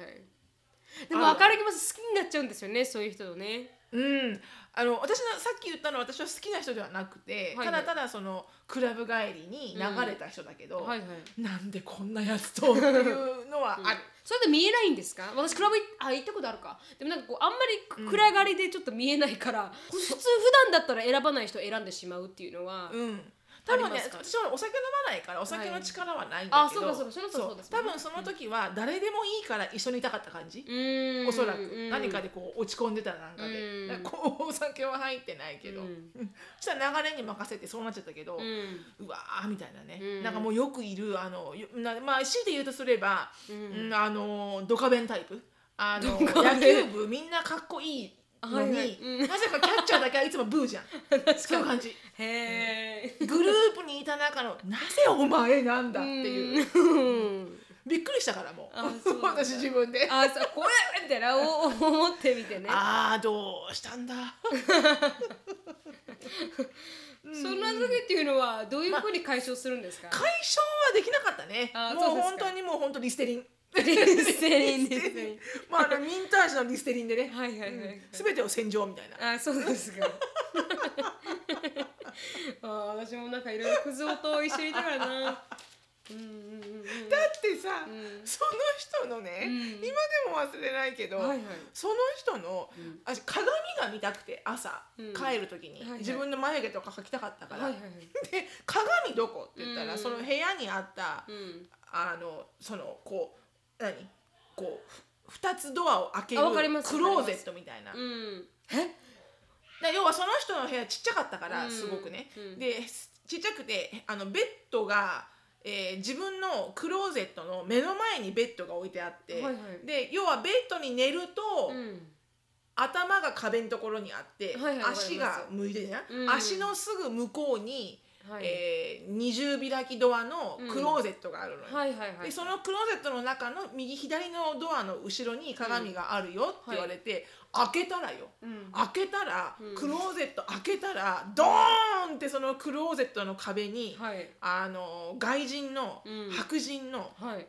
Speaker 1: でも明るきます好きになっちゃうんですよねそういう人をね
Speaker 2: うんあの私のさっき言ったのは私は好きな人ではなくて、
Speaker 1: はいはい
Speaker 2: ただただそのクラブ帰りに流れた人だけど、
Speaker 1: はいはい
Speaker 2: なんでこんなやつとっていうのはある、
Speaker 1: それで見えないんですか私クラブいあ行ったことあるかでもなんかこうあんまり暗がりでちょっと見えないから、普通普段だったら選ばない人を選んでしまうっていうのは、
Speaker 2: うん。多分
Speaker 1: ありま
Speaker 2: ね、
Speaker 1: すか
Speaker 2: 私はお酒飲まないからお酒の力はないん
Speaker 1: はいあ
Speaker 2: だけ
Speaker 1: そ
Speaker 2: ど、
Speaker 1: うかそうかそれはそうです
Speaker 2: 多
Speaker 1: もんね
Speaker 2: 分その時は誰でもいいから一緒にいたかった感じ
Speaker 1: う、ーん
Speaker 2: おそら
Speaker 1: う
Speaker 2: く
Speaker 1: ん
Speaker 2: 何かでこう落ち込んでたなんかで、
Speaker 1: うん
Speaker 2: だからこうお酒は入ってないけど、
Speaker 1: う
Speaker 2: うんん そしたら流れに任せてそうなっちゃったけど、
Speaker 1: う
Speaker 2: うんわーみたいなね、
Speaker 1: うん
Speaker 2: なんかもうよくいるあのよなまあ強いて言うとすれば、
Speaker 1: うん
Speaker 2: うんあのドカベンタイプ。あの
Speaker 1: ドカ
Speaker 2: 野
Speaker 1: ベン
Speaker 2: 球部みんなかっこいいの
Speaker 1: はい
Speaker 2: に、
Speaker 1: はいうん
Speaker 2: なぜかキャッチャーだけはいつもブーじゃ んそういう感じ
Speaker 1: へえ、
Speaker 2: グループにいた中の「なぜお前なんだ」っていう、
Speaker 1: うん、
Speaker 2: びっくりしたからも
Speaker 1: あ
Speaker 2: う
Speaker 1: そうなんだ
Speaker 2: 私自分であ
Speaker 1: あそうこれみたいなお思ってみてね
Speaker 2: あーどうしたんだ
Speaker 1: そんな時っていうのはどういうふうに解消するんですか、
Speaker 2: 解消はできなかったね
Speaker 1: あー
Speaker 2: も
Speaker 1: そう
Speaker 2: う
Speaker 1: です
Speaker 2: 本
Speaker 1: か
Speaker 2: 当にもう本当リステリン
Speaker 1: リステリンですね
Speaker 2: まああのミンタージュのリステリンでね
Speaker 1: はいはいはい、
Speaker 2: 全てを洗浄みたいな
Speaker 1: あそうですか あ私もなんかいろいろクズ男と一緒にいたからなうんうん
Speaker 2: だってさ、
Speaker 1: ん
Speaker 2: その人のね、
Speaker 1: うん
Speaker 2: 今でも忘れないけど、
Speaker 1: はいはい
Speaker 2: その人の、あ鏡が見たくて朝、
Speaker 1: うん
Speaker 2: 帰る時に、
Speaker 1: はいはい
Speaker 2: 自分の眉毛とか描きたかった
Speaker 1: う
Speaker 2: か
Speaker 1: ん
Speaker 2: ら、
Speaker 1: はいはいはい
Speaker 2: で鏡どこって言ったら、
Speaker 1: うん
Speaker 2: その部屋にあった、
Speaker 1: うん
Speaker 2: あのそのこう何こうふ2つドアを開ける
Speaker 1: あわかります
Speaker 2: クローゼットみたいな、だか
Speaker 1: うん
Speaker 2: ら要はその人の部屋ちっちゃかったから、
Speaker 1: うん
Speaker 2: すごくね、
Speaker 1: うん
Speaker 2: でちっちゃくてあのベッドが、えー自分のクローゼットの目の前にベッドが置いてあって、
Speaker 1: はいはい
Speaker 2: で要はベッドに寝ると、
Speaker 1: うん
Speaker 2: 頭が壁のところにあって、
Speaker 1: はいはい
Speaker 2: 足が向いてるじゃん、
Speaker 1: うん
Speaker 2: 足のすぐ向こうに、
Speaker 1: はい
Speaker 2: えー二重開きドアのクローゼットがあるのよ、
Speaker 1: はいはいはい
Speaker 2: でそのクローゼットの中の右左のドアの後ろに鏡があるよって言われて、開けたらよ
Speaker 1: うん
Speaker 2: 開けたら、
Speaker 1: うん
Speaker 2: クローゼット開けたらドーンってそのクローゼットの壁に、
Speaker 1: はい
Speaker 2: あの外人の、
Speaker 1: うん
Speaker 2: 白人の
Speaker 1: はい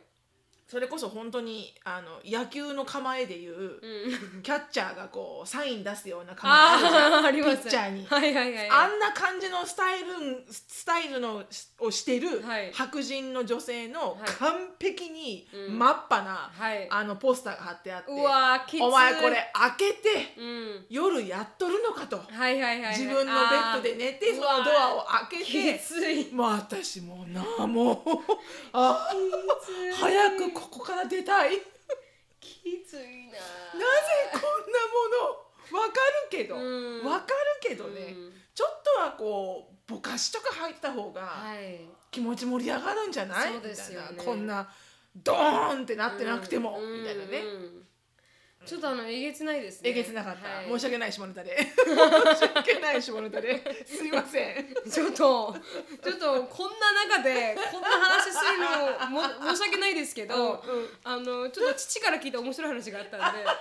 Speaker 2: それこそ本当にあの野球の構えでいう
Speaker 1: う、ん
Speaker 2: キャッチャーがこうサイン出すような構えあるじゃん
Speaker 1: あーあります
Speaker 2: ピッチャーに
Speaker 1: はいはいはい
Speaker 2: あんな感じのスタイルスタイルのしをしてる
Speaker 1: はい
Speaker 2: 白人の女性の
Speaker 1: はい
Speaker 2: 完璧に
Speaker 1: うん
Speaker 2: マッパな、
Speaker 1: はい
Speaker 2: あのポスターが貼ってあって
Speaker 1: うわーきつい
Speaker 2: お前これ開けて
Speaker 1: うん
Speaker 2: 夜やっとるのかと、
Speaker 1: はいはいはいはい
Speaker 2: 自分のベッドで寝て
Speaker 1: あー
Speaker 2: そのドアを開け
Speaker 1: き
Speaker 2: て
Speaker 1: つい
Speaker 2: もう私もうなあも うあ早くここから出たいなぜ
Speaker 1: きついな
Speaker 2: こんなものわかるけどわ、
Speaker 1: うん
Speaker 2: かるけど
Speaker 1: う
Speaker 2: ね、
Speaker 1: ん
Speaker 2: ちょっとはこうぼかしとか入ってた方が、
Speaker 1: はい
Speaker 2: 気持ち盛り上がるんじゃない
Speaker 1: そうですよね
Speaker 2: みたいなこんなドーンってなってなくても、
Speaker 1: うん
Speaker 2: みたいなね、
Speaker 1: うんちょっとあのえげつないですね
Speaker 2: えげつなかった、
Speaker 1: はい
Speaker 2: 申し訳ない下ネ タで申し訳ない下ネタですいませ ん
Speaker 1: ちょっとちょっとこんな中でこんな話するのも申し訳ないですけど、あのちょっと父から聞いた面白い話があったん でなんか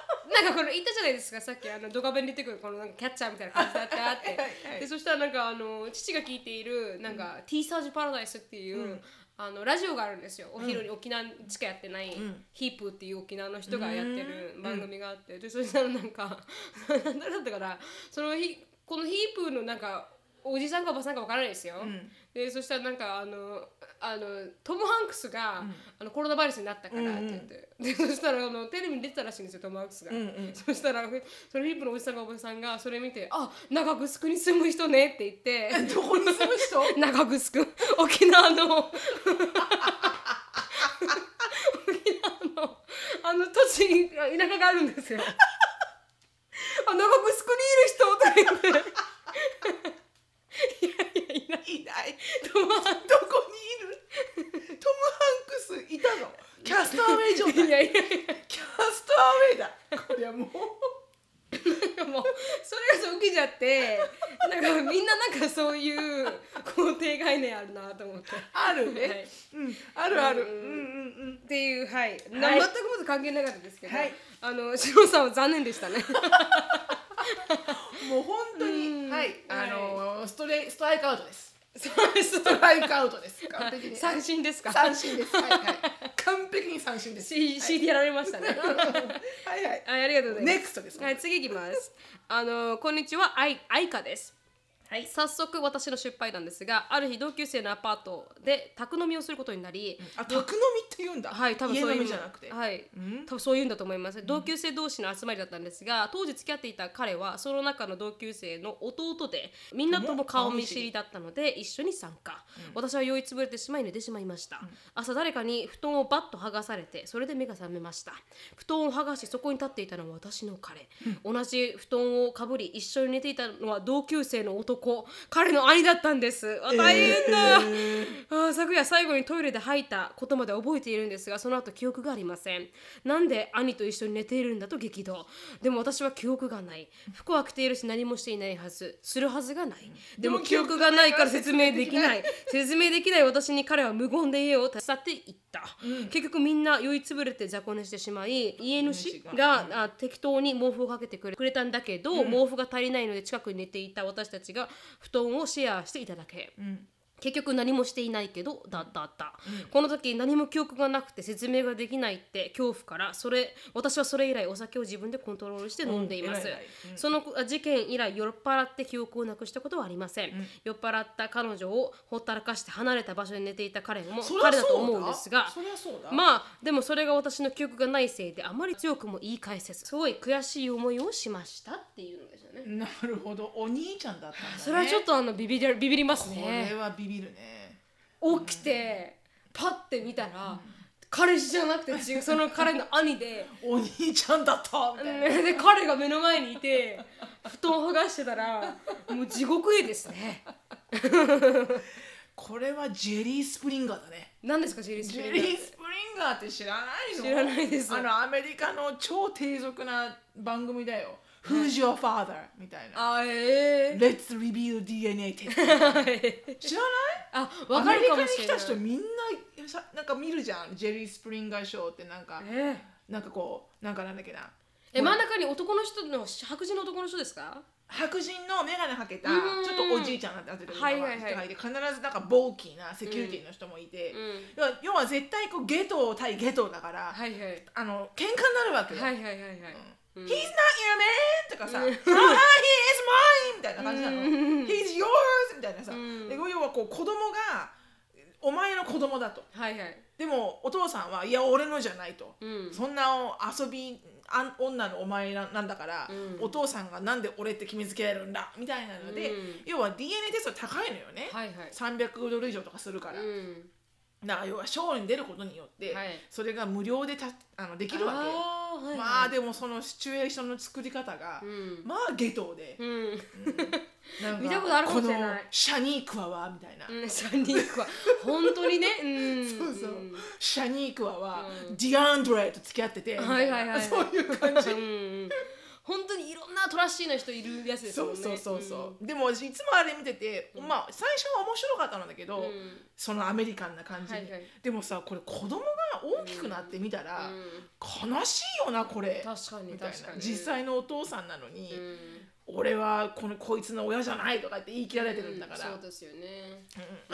Speaker 1: この言ったじゃないですかさっきあのドカベン出てくるこのなんかキャッチャーみたいな感じだったって
Speaker 2: はい
Speaker 1: でそしたらなんかあの父が聞いているなんか、ティーサージパラダイスっていう、
Speaker 2: うん
Speaker 1: あのラジオがあるんですよお昼に沖縄しかやってない、
Speaker 2: ん
Speaker 1: ヒープっていう沖縄の人がやってる
Speaker 2: うん
Speaker 1: 番組があって、でそしたらなんか なんだったからその日このヒープのなんかおじさんかおばさんかわからないですよ、
Speaker 2: ん
Speaker 1: でそしたらなんかあのあのトム・ハンクスが、あのコロナウイルスになったからって言って、でそしたらあのテレビに出てたらしいんですよトム・ハンクスが、
Speaker 2: うんうん
Speaker 1: そしたらそのヒップのおじさんがおばさんがそれ見て「あ長城に住む人ね」って 言って
Speaker 2: どこに住む人
Speaker 1: 「 長城沖縄の沖縄のあの土地に田舎があるんですよ」あ「長城にいる人」とか言って。いやいやいない
Speaker 2: いない
Speaker 1: トムハン
Speaker 2: どこにいるトム・ハンクスいたのキャストアウェイ状
Speaker 1: い
Speaker 2: 態
Speaker 1: やいやいや
Speaker 2: キャストアウェイだこりゃもう
Speaker 1: もうそれが起きちゃってなんかみんななんかそういう肯定概念あるなと思って。
Speaker 2: あるね、
Speaker 1: はい
Speaker 2: うんあるある
Speaker 1: う
Speaker 2: うんん
Speaker 1: うん
Speaker 2: うんうん
Speaker 1: っていうはい、な
Speaker 2: はい
Speaker 1: 全くこと関係なかったですけど、
Speaker 2: はい
Speaker 1: あの志郎さんは残念でしたね
Speaker 2: もう本当
Speaker 1: うん
Speaker 2: にはい
Speaker 1: は
Speaker 2: あ
Speaker 1: い
Speaker 2: のーストレストライクアウトです
Speaker 1: そうです
Speaker 2: ストライクアウトです完璧に
Speaker 1: 三振ですか
Speaker 2: 三振ですはいはい完璧に三振です
Speaker 1: C- CD やられましたね
Speaker 2: はいはい
Speaker 1: はいありがとうございます
Speaker 2: ネクストです
Speaker 1: はい次いきますあのこんにちはあいあいかです
Speaker 2: はい
Speaker 1: 早速私の失敗なんですがある日同級生のアパートで宅飲みをすることになり、
Speaker 2: あ宅飲みって言うんだ
Speaker 1: はい多分
Speaker 2: 家
Speaker 1: そう
Speaker 2: 飲
Speaker 1: い
Speaker 2: み
Speaker 1: う
Speaker 2: じゃなくて
Speaker 1: はい
Speaker 2: うん
Speaker 1: 多分そういうんだと思います同級生同士の集まりだったんですが当時付き合っていた彼はその中の同級生の弟でみんなとも顔見知りだったので一緒に参加、私は酔いつぶれてしまい寝てしまいました、朝誰かに布団をバッと剥がされてそれで目が覚めました布団を剥がしそこに立っていたのは私の彼、同じ布団をかぶり一緒に寝ていたのは同級生の男彼の兄だったんですあ大変だ、あー昨夜最後にトイレで吐いたことまで覚えているんですがその後記憶がありませんなんで兄と一緒に寝ているんだと激怒でも私は記憶がない服は着ているし何もしていないはずするはずがないでも記憶がないから説明できない説明できない私に彼は無言で家を立ち去っていった、結局みんな酔いつぶれて雑魚寝してしまい家主がが、あ適当に毛布をかけてくれくれたんだけど、毛布が足りないので近くに寝ていた私たちが布団をシェアしていただけ、結局何もしていないけどだっただった、この時何も記憶がなくて説明ができないって恐怖からそれ私はそれ以来お酒を自分でコントロールして飲んでいます、
Speaker 2: うん偉い偉い
Speaker 1: そのあ事件以来酔っ払って記憶をなくしたことはありません、酔っ払った彼女をほったらかして離れた場所に寝ていた彼も
Speaker 2: そりゃ
Speaker 1: 彼だと
Speaker 2: そ
Speaker 1: 思
Speaker 2: う
Speaker 1: うん
Speaker 2: だ
Speaker 1: ですが
Speaker 2: そりゃそうだ
Speaker 1: まあでもそれが私の記憶がないせいであまり強くも言い返せずすごい悔しい思いをしましたっていうのですよね
Speaker 2: なるほどお兄ちゃんだったんだね
Speaker 1: それはちょっとあのビビりビビります
Speaker 2: こ
Speaker 1: ね
Speaker 2: れはビビるね
Speaker 1: 起きて、パッて見たら、彼氏じゃなくて違う その彼の兄で
Speaker 2: お兄ちゃんだったみたいな
Speaker 1: で彼が目の前にいて布団を剥がしてたらもう地獄絵ですね
Speaker 2: これはジェリースプリンガーだね
Speaker 1: 何ですかジェリース
Speaker 2: ジ
Speaker 1: プリ
Speaker 2: ェ
Speaker 1: ンガー
Speaker 2: リースプリンガーって知らないの
Speaker 1: 知らないです
Speaker 2: あのアメリカの超低俗な番組だよ Who's your father? みたいな
Speaker 1: あえ
Speaker 2: Let's reveal DNA って
Speaker 1: えー、
Speaker 2: 知らない
Speaker 1: あ わかるかもしれない
Speaker 2: アメリカに来た人みんなさなんか見るじゃんジェリースプリンガーショーってなんか
Speaker 1: えー
Speaker 2: なんかこうなんかなんだっけな
Speaker 1: え真ん中に男の人の白人の男の人ですか
Speaker 2: 白人の眼鏡かけたち
Speaker 1: う
Speaker 2: ょ
Speaker 1: ん
Speaker 2: っとおじいちゃんになってる人が
Speaker 1: はい
Speaker 2: いて、
Speaker 1: はいはい
Speaker 2: 必ずなんか暴起なセキュリティの人もいて、要は要は絶対こうゲトー対ゲトーだから、
Speaker 1: はいはい
Speaker 2: あの喧嘩になるわけよ、
Speaker 1: はいはいはいはい、
Speaker 2: He's not your man! とかさ、
Speaker 1: う ん
Speaker 2: No, no, he is mine! みたいな感じなの。
Speaker 1: うん
Speaker 2: He's yours! みたいなさ。
Speaker 1: うん
Speaker 2: で要はこう子供が、お前の子供だと。
Speaker 1: はいはい
Speaker 2: でもお父さんは、いや、俺のじゃないと。
Speaker 1: うん
Speaker 2: そんな遊びあ女のお前ななんだから、
Speaker 1: うん
Speaker 2: お父さんがなんで俺って決めつけられるんだみたいなので、
Speaker 1: うん
Speaker 2: 要は DNA テスト高いのよね、
Speaker 1: はいはい
Speaker 2: 300ドル以上とかするから、
Speaker 1: うん
Speaker 2: な要はショーに出ることによって、
Speaker 1: はい
Speaker 2: それが無料でたあのできるわけよ
Speaker 1: あーはい
Speaker 2: まあ
Speaker 1: で
Speaker 2: でもそのシチュエーションの作り方が、
Speaker 1: うん、
Speaker 2: まあ下等で、
Speaker 1: うん
Speaker 2: なんか
Speaker 1: 見たことあるかもしれない
Speaker 2: このシャニークワはみたいな、
Speaker 1: うん、サンディークは本当 にね、うん、
Speaker 2: そうそう
Speaker 1: うん
Speaker 2: シャニークワは、
Speaker 1: うん
Speaker 2: ディアンドレと付き合ってて、
Speaker 1: はいはいはいはい
Speaker 2: そういう感じ
Speaker 1: うんうん、本当にいろんなトラッシーな人いるやつです
Speaker 2: そ
Speaker 1: もん
Speaker 2: う
Speaker 1: ね
Speaker 2: そうそうそう、でも私いつもあれ見てて、
Speaker 1: うん
Speaker 2: まあ最初は面白かったんだけど、
Speaker 1: うん、うん
Speaker 2: そのアメリカンな感じに、
Speaker 1: はいはい
Speaker 2: でもさこれ子供が大きくなってみたら、
Speaker 1: うん
Speaker 2: 悲しいよなこれ
Speaker 1: 確かに
Speaker 2: みたいな
Speaker 1: 確かに
Speaker 2: 実際のお父さんなのに、
Speaker 1: うん
Speaker 2: 俺はこのこいつの親じゃないとかって言い切られてるんだから、
Speaker 1: うんそうですよね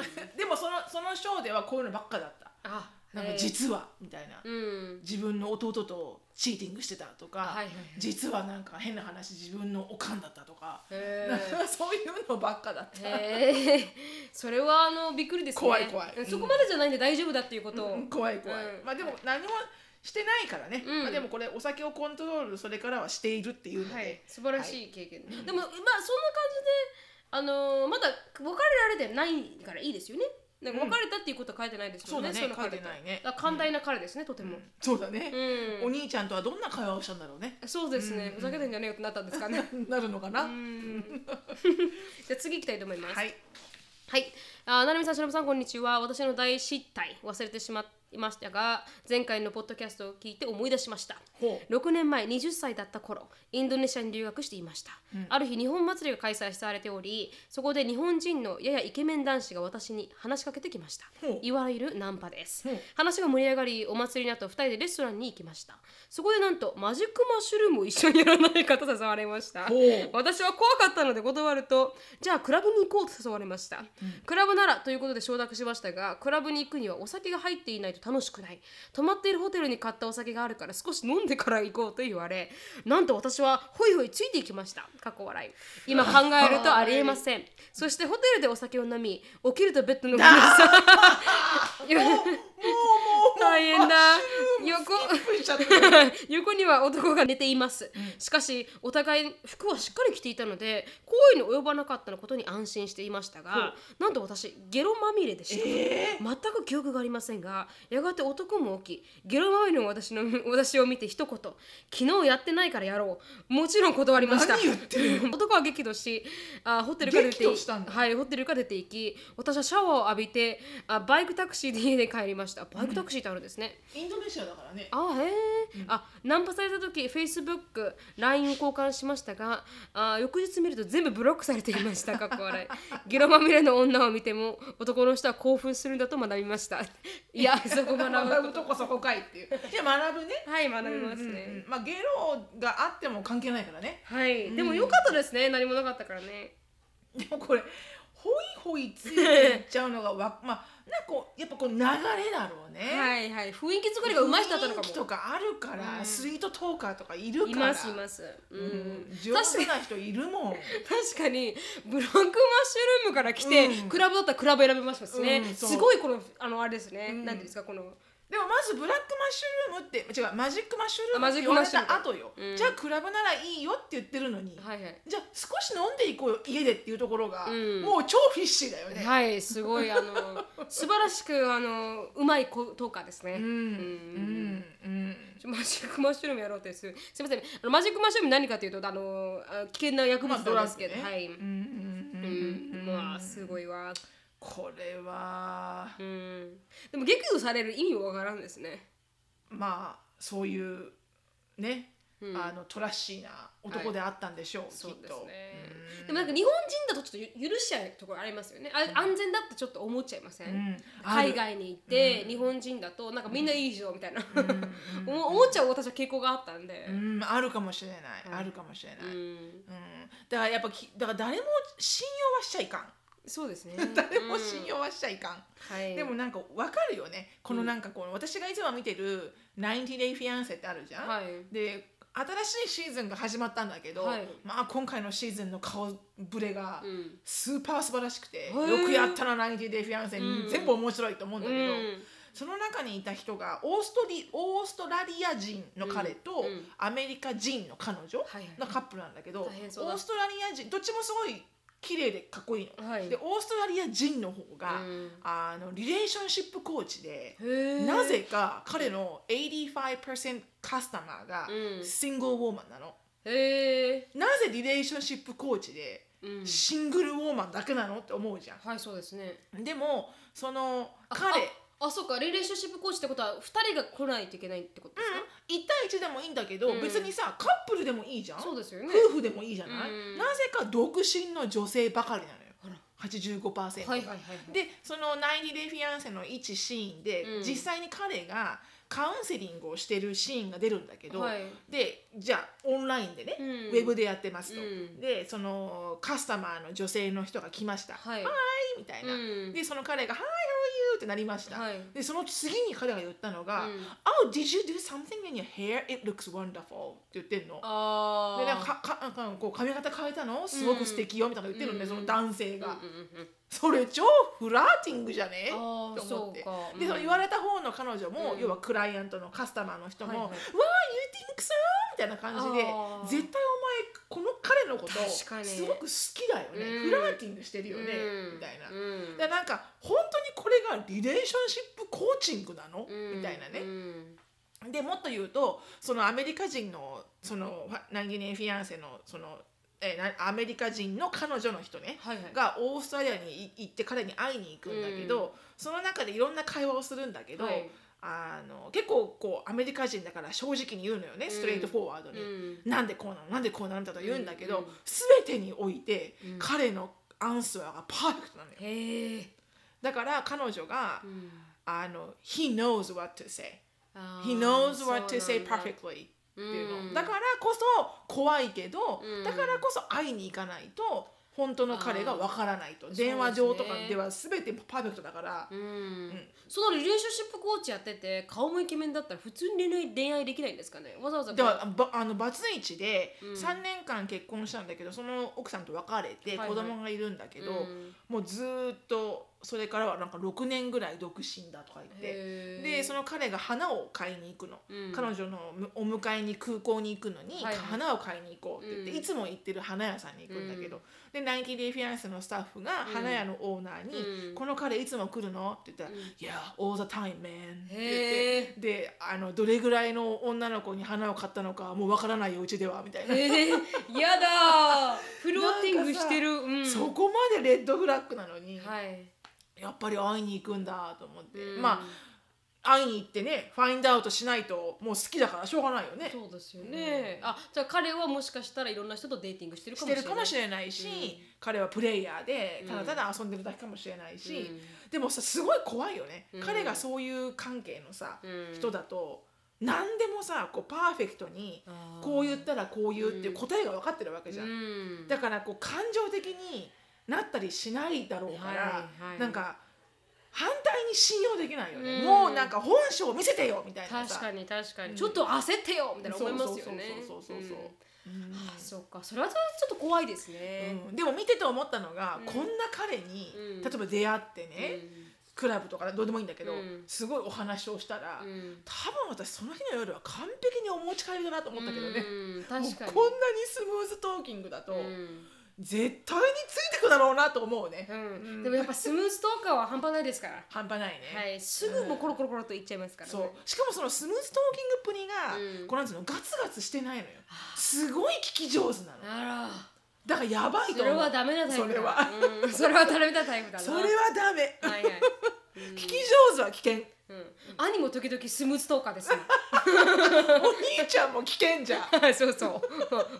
Speaker 2: うんでもそのそのショーではこういうのばっかだった
Speaker 1: あ
Speaker 2: なんか実はみたいな、
Speaker 1: うん
Speaker 2: 自分の弟とチーティングしてたとか、
Speaker 1: はいはいはい
Speaker 2: 実はなんか変な話自分のおかんだったとか、
Speaker 1: へ
Speaker 2: なんか そういうのばっかだった
Speaker 1: え。へえそれはあのびっくりですね
Speaker 2: 怖い怖い
Speaker 1: うんそこまでじゃないんで大丈夫だっていうことを、
Speaker 2: うん怖い怖い、
Speaker 1: うん
Speaker 2: まあでも何もしてないからね、
Speaker 1: うん
Speaker 2: まあでもこれお酒をコントロールそれからはしているっていうので、
Speaker 1: はい、素晴らしい経験、でもまあそんな感じであのーまだ別れられてないからいいですよねなんか
Speaker 2: うん
Speaker 1: 別れたっていうことは書いてないですよね、
Speaker 2: そうだね
Speaker 1: の彼と
Speaker 2: 書いてないね
Speaker 1: あ寛大な彼ですね、とても
Speaker 2: そうだね
Speaker 1: う、ん、
Speaker 2: お兄ちゃんとはどんな会話をしたんだろうね
Speaker 1: そうですね、
Speaker 2: う
Speaker 1: ふ
Speaker 2: ん
Speaker 1: ざけてんじゃねえよってなったんですかね
Speaker 2: なるのかな、
Speaker 1: うん じゃあ次行きたいと思います
Speaker 2: はい
Speaker 1: はい、あーなるみさん、しのぶさん、こんにちは。私の大失態、忘れてしまいましたが、前回のポッドキャストを聞いて思い出しました。
Speaker 2: ほう
Speaker 1: 6年前、20歳だった頃、インドネシアに留学していました。ある日、日本祭りが開催されており、そこで日本人のややイケメン男子が私に話しかけてきました
Speaker 2: ほう。
Speaker 1: いわゆるナンパです
Speaker 2: ほう。
Speaker 1: 話が盛り上がり、お祭りの後、2人でレストランに行きました。そこでなんと、マジックマッシュルームを一緒にやらないかと誘われました。
Speaker 2: ほう
Speaker 1: 私は怖かったので断るとじゃあクラブに行こうと誘われました、クラブならということで承諾しましたがクラブに行くにはお酒が入っていないと楽しくない泊まっているホテルに買ったお酒があるから少し飲んでから行こうと言われなんと私はホイホイついていきました過去笑い今考えるとありえませんそしてホテルでお酒を飲み起きるとベッドの 上にさ 大変だ横
Speaker 2: びっくりしちゃった
Speaker 1: 横には男が寝ています、しかしお互い服はしっかり着ていたので行為に及ばなかったのことに安心していましたがなんと私ゲロまみれでした、全く記憶がありませんがやがて男も起きゲロまみれの私の私を見て一言「昨日やってないからやろう」もちろん断りました
Speaker 2: 何言ってる
Speaker 1: 男は激怒しあホテルから出てい
Speaker 2: 激怒したんだ
Speaker 1: はいホテルから出て行き私はシャワーを浴びてあバイクタクシーで家で帰りましたバイクタクシーってあるんですね、
Speaker 2: インドネシアだからね
Speaker 1: あへえ、あナンパされた時 FacebookLINE を交換しましたがあ翌日見ると全部ブロックされていましたかっこ笑い ゲロまみれの女を見ても男の人は興奮するんだと学びましたいやそこ学
Speaker 2: 学
Speaker 1: ぶ
Speaker 2: ぶ
Speaker 1: と
Speaker 2: とこそこかいっていうじゃあ学ぶね
Speaker 1: はい学びますね、
Speaker 2: うんうんまあゲロがあっても関係ないからね
Speaker 1: はいでもよかったですね何もなかったからね
Speaker 2: でもこれホイホイついていっちゃうのがわ まあなんかこうやっぱこう流れだろうね、
Speaker 1: はいはい雰囲気作りがうまい人だったのか
Speaker 2: 雰囲気と
Speaker 1: も
Speaker 2: かあるから、
Speaker 1: うん
Speaker 2: スイートトーカーとかいるか
Speaker 1: い
Speaker 2: ら
Speaker 1: ますいます、う
Speaker 2: うん
Speaker 1: ん、
Speaker 2: 上手な人いるもん
Speaker 1: 確かにブラックマッシュルームから来て、
Speaker 2: うん
Speaker 1: クラブだったらクラブ選べましたしね、
Speaker 2: うんそう
Speaker 1: すごいこのあのあれですね、
Speaker 2: う
Speaker 1: 何
Speaker 2: ん
Speaker 1: なんていうんですかこの
Speaker 2: でもまずブラックマッシュルームって違うマジックマッシュルーム
Speaker 1: あマ
Speaker 2: っ
Speaker 1: ジ
Speaker 2: て
Speaker 1: ック
Speaker 2: 言わ
Speaker 1: マ
Speaker 2: れ
Speaker 1: ッシュル
Speaker 2: た
Speaker 1: ーム
Speaker 2: 後よ、
Speaker 1: うん
Speaker 2: じゃあクラブならいいよって言ってるのに、
Speaker 1: はいはい
Speaker 2: じゃあ少し飲んでいこうよ家でっていうところが、
Speaker 1: うん
Speaker 2: もう超フィッシーだよね、
Speaker 1: はい、すごいあの 素晴らしくあのうまいこトーカーですね。
Speaker 2: うんうんうん
Speaker 1: ちょマジックマッシュルームやろうってする。すみません、あのマジックマッシュルーム何かというとあのあ危険な薬物なんですけど、
Speaker 2: まあド
Speaker 1: は
Speaker 2: ラッ
Speaker 1: い。
Speaker 2: グねうんうん
Speaker 1: う
Speaker 2: うんうん
Speaker 1: ん、まあすごいわ。
Speaker 2: これは
Speaker 1: うん。でも激怒される意味もわからんですね。
Speaker 2: まあそういうね、
Speaker 1: うん
Speaker 2: あのトラッシーな男であったんでしょう、
Speaker 1: そう
Speaker 2: きっ
Speaker 1: です
Speaker 2: と。
Speaker 1: ね
Speaker 2: うん。
Speaker 1: でもなんか日本人だとちょっとゆ許しちゃうところありますよね。あ安全だってちょっと思っちゃいません。
Speaker 2: うんある
Speaker 1: 海外に行って、日本人だとなんかみんないいぞみたいな、 思思っちゃう私は傾向があったんで。
Speaker 2: うん、あるかもしれない、あるかもしれない、うんだからやっぱきだから誰も信用はしちゃいかん
Speaker 1: そうですね。
Speaker 2: 誰も信用はしちゃいかん、
Speaker 1: はい。
Speaker 2: でもなんかわかるよねこのなんかこの、私がいつも見てる「90 Day Fiance」ってあるじゃん、
Speaker 1: はい
Speaker 2: で新しいシーズンが始まったんだけど、
Speaker 1: はい
Speaker 2: まあ今回のシーズンの顔ぶれが
Speaker 1: うん
Speaker 2: スーパー素晴らしくて、
Speaker 1: ー
Speaker 2: よくやったな「90 Day Fiance」
Speaker 1: うん
Speaker 2: 全部面白いと思うんだ
Speaker 1: う
Speaker 2: けど、
Speaker 1: ん。
Speaker 2: その中にいた人がオーストリオーストラリア人の彼と
Speaker 1: うんうん
Speaker 2: アメリカ人の彼女
Speaker 1: はいはい
Speaker 2: のカップルなんだけど、
Speaker 1: 大変そうだ
Speaker 2: オーストラリア人どっちもすごい綺麗でかっこいいの。
Speaker 1: はい
Speaker 2: でオーストラリア人の方が、
Speaker 1: うん
Speaker 2: あのリレーションシップコーチで
Speaker 1: へー
Speaker 2: なぜか彼の85%カスタマーが
Speaker 1: うん
Speaker 2: シングルウォーマンなの。
Speaker 1: へえ
Speaker 2: なぜリレーションシップコーチで
Speaker 1: うん
Speaker 2: シングルウォーマンだけなのって思うじゃ
Speaker 1: はいそうですね
Speaker 2: ん。でもその彼
Speaker 1: ああそうかリレーションシップコーチってことは2人が来ないといけないってことですか、
Speaker 2: 1対1でもいいんだけど、
Speaker 1: うん
Speaker 2: 別にさカップルでもいいじゃん
Speaker 1: そうですよね
Speaker 2: 夫婦でもいいじゃない、
Speaker 1: うん
Speaker 2: なぜか独身の女性ばかりなのよ
Speaker 1: あら
Speaker 2: 85%が、
Speaker 1: はいはいはいはい
Speaker 2: でその「90 Day Fiancé」の一シーンで、
Speaker 1: うん
Speaker 2: 実際に彼がカウンセリングをしてるシーンが出るんだけど、
Speaker 1: はい
Speaker 2: でじゃあオンラインでね、
Speaker 1: うん
Speaker 2: ウェブでやってますと、
Speaker 1: うん
Speaker 2: でそのカスタマーの女性の人が来ました「は
Speaker 1: はい
Speaker 2: い」みたいな、
Speaker 1: うん
Speaker 2: でその彼が「はい how are you?」ってなりました、
Speaker 1: はい
Speaker 2: でその次に彼が言ったのが「
Speaker 1: うん
Speaker 2: Oh, did you do something in your hair? It looks wonderful. って言ってんの。
Speaker 1: あ
Speaker 2: で、
Speaker 1: ー
Speaker 2: なんかかかかこう髪型変えたのすごく素敵よみたいなの言ってるんで、
Speaker 1: うん
Speaker 2: その男性
Speaker 1: うんう
Speaker 2: が。
Speaker 1: んうんうん
Speaker 2: それ超フラーティングじゃね
Speaker 1: あー
Speaker 2: と思って
Speaker 1: そうかうん
Speaker 2: で、その言われた方の彼女も、
Speaker 1: うん
Speaker 2: 要はクライアントのカスタマーの人も、
Speaker 1: はいはい
Speaker 2: わあ、you think so? みたいな感じで
Speaker 1: あ、ー
Speaker 2: 絶対お前、この彼のこと、
Speaker 1: 確かに
Speaker 2: すごく好きだよね。
Speaker 1: うん
Speaker 2: フラーティングしてるよね。
Speaker 1: うん
Speaker 2: みたいな。
Speaker 1: うん
Speaker 2: でなんか本当にこれがリレーションシップコーチングなの、
Speaker 1: うん
Speaker 2: みたいなね、
Speaker 1: うん
Speaker 2: でもっと言うとそのアメリカ人のそのファナギネフィアンセのその、えーなアメリカ人の彼女の人ね、
Speaker 1: はいはい
Speaker 2: がオーストラリアにい行って彼に会いに行くんだけど、その中でいろんな会話をするんだけど、
Speaker 1: はい
Speaker 2: あの結構こうアメリカ人だから正直に言うのよねストレートフォワードに。
Speaker 1: うん
Speaker 2: なんでこうなのなんでこうなんだと言うんだけど、
Speaker 1: うんうん
Speaker 2: 全てにおいて、彼のアンサーがパーフェクトなのよ
Speaker 1: へえ
Speaker 2: だから彼女が、
Speaker 1: ん
Speaker 2: あの「He knows what to say」
Speaker 1: あー
Speaker 2: He knows what to
Speaker 1: そう
Speaker 2: say
Speaker 1: なんだ
Speaker 2: perfectly っていう
Speaker 1: う
Speaker 2: の。
Speaker 1: ん
Speaker 2: だからこそ怖いけど
Speaker 1: うん、
Speaker 2: だからこそ会いに行かないと、本当の彼がわからないと。
Speaker 1: ー
Speaker 2: 電話上
Speaker 1: そ
Speaker 2: と
Speaker 1: う
Speaker 2: か
Speaker 1: ですね
Speaker 2: では全てパーフェクトだから
Speaker 1: う、んそのリレーションシップコーチやってて顔もイケメンだったら普通に恋愛恋愛できないんですかねわざわざ
Speaker 2: ではばあのバツイチで
Speaker 1: うん
Speaker 2: 3年間結婚したんだけどその奥さんと別れて
Speaker 1: はいはい
Speaker 2: 子供がいるんだけど、
Speaker 1: うん
Speaker 2: もうずーっとそれからはなんか6年ぐらい独身だとか言って
Speaker 1: へー
Speaker 2: でその彼が花を買いに行くの、
Speaker 1: うん
Speaker 2: 彼女のお迎えに空港に行くのに、
Speaker 1: はいはい
Speaker 2: 花を買いに行こうって言って、
Speaker 1: うん
Speaker 2: いつも行ってる花屋さんに行くんだけど、でナイキデイフィアンスのスタッフが
Speaker 1: うん
Speaker 2: 花屋のオーナーに
Speaker 1: う
Speaker 2: 「
Speaker 1: ん
Speaker 2: この彼いつも来るの?」って言ったら
Speaker 1: う
Speaker 2: 「
Speaker 1: ん
Speaker 2: Yeah all the time man」って言
Speaker 1: へ
Speaker 2: ってであのどれぐらいの女の子に花を買ったのかもうわからないようちではみたいな。
Speaker 1: えー、やだーフローティングしてるうん
Speaker 2: そこまでレッドフラッグなのに、
Speaker 1: はい
Speaker 2: やっぱり会いに行くんだと思って、
Speaker 1: うん
Speaker 2: まあ会いに行ってねファインドアウトしないともう好きだからしょうがないよね
Speaker 1: そうですよね、あじゃあ彼はもしかしたらいろんな人とデーティングしてるか
Speaker 2: し
Speaker 1: もしてれな
Speaker 2: る
Speaker 1: い
Speaker 2: かもしれないし、彼はプレイヤーでただただ遊んでるだけかもしれないし、でもさすごい怖いよね、
Speaker 1: うん
Speaker 2: 彼がそういう関係のさ、
Speaker 1: うん
Speaker 2: 人だと何でもさこうパーフェクトに
Speaker 1: あー
Speaker 2: こう言ったらこう言うっていう答えが分かってるわけじゃん、
Speaker 1: うん
Speaker 2: だからこう感情的になったりしないだろうから、
Speaker 1: はいはい
Speaker 2: なんか反対に信用できないよね、
Speaker 1: うん
Speaker 2: もうなんか本性を見せてよみたいなさ
Speaker 1: 確かに確かに、
Speaker 2: うん
Speaker 1: ちょっと焦ってよみたいな思いますよね
Speaker 2: そうそうそうそうそうそう、うん
Speaker 1: うんあそうかそれはちょっと怖いですね、
Speaker 2: うんでも見てて思ったのが、
Speaker 1: うん
Speaker 2: こんな彼に、
Speaker 1: うん
Speaker 2: 例えば出会ってね、クラブとかどうでもいいんだけど、
Speaker 1: うん
Speaker 2: すごいお話をしたら、
Speaker 1: うんうん
Speaker 2: 多分私その日の夜は完璧にお持ち帰りだなと思ったけどね、
Speaker 1: うん
Speaker 2: も
Speaker 1: 確
Speaker 2: う
Speaker 1: かに
Speaker 2: こんなにスムーズトーキングだと、
Speaker 1: うん
Speaker 2: 絶対についてくだろうなと思うね、
Speaker 1: うん
Speaker 2: うん
Speaker 1: でもやっぱスムーズトーカーは半端ないですから
Speaker 2: 半端ないね、
Speaker 1: はいすぐもうコロコロコロといっちゃいますから、ね、
Speaker 2: そうしかもそのスムーズトーキングっぷりが、
Speaker 1: うん
Speaker 2: こうなんつうのガツガツしてないのよすごい聞き上手なの
Speaker 1: あ
Speaker 2: だからやばい
Speaker 1: らそ
Speaker 2: と思
Speaker 1: れ
Speaker 2: う
Speaker 1: はダメなタイプだ
Speaker 2: それは、
Speaker 1: うん、それはダメなタイプだな
Speaker 2: それはダメ、
Speaker 1: はいはい、
Speaker 2: 聞き上手は危険
Speaker 1: うん、兄も時々スムーズトーカーで すね
Speaker 2: お兄ちゃんも危険じゃん
Speaker 1: そうそう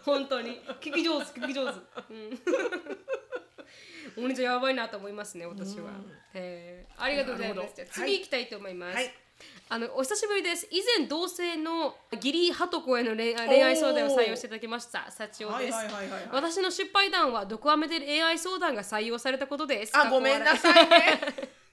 Speaker 1: 本当に聞き上手聞き上手、 うん、お兄ちゃんやばいなと思いますね私は、へーありがとうございま
Speaker 2: なる
Speaker 1: す
Speaker 2: ほど
Speaker 1: じゃあ
Speaker 2: はい
Speaker 1: 次行きたいと思います、
Speaker 2: はい
Speaker 1: あのお久しぶりです以前同性の義理ハトコへの恋愛恋愛相談を採用していただきました幸男です、
Speaker 2: はいはいはいはいはい
Speaker 1: 私の失敗談は毒アメで恋愛相談が採用されたことです
Speaker 2: あごめんなさいね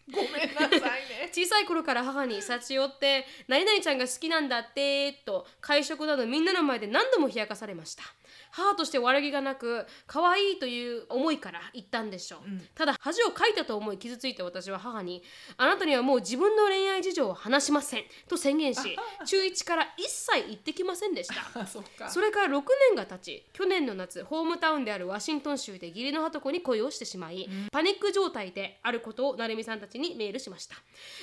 Speaker 2: ごめんなさいね。
Speaker 1: 小さい頃から母に幸代って何々ちゃんが好きなんだってと会食などみんなの前で何度も冷やかされました母として悪気がなく可愛いという思いから言ったんでしょう、
Speaker 2: うん
Speaker 1: ただ恥をかいたと思い傷ついた私は母にあなたにはもう自分の恋愛事情を話しませんと宣言 し中1から一切行ってきませんでした
Speaker 2: あ、そっか。
Speaker 1: それから6年が経ち去年の夏ホームタウンであるワシントン州で義理の鳩子に恋をしてしまい、パニック状態であることを成美さんたちにメールしました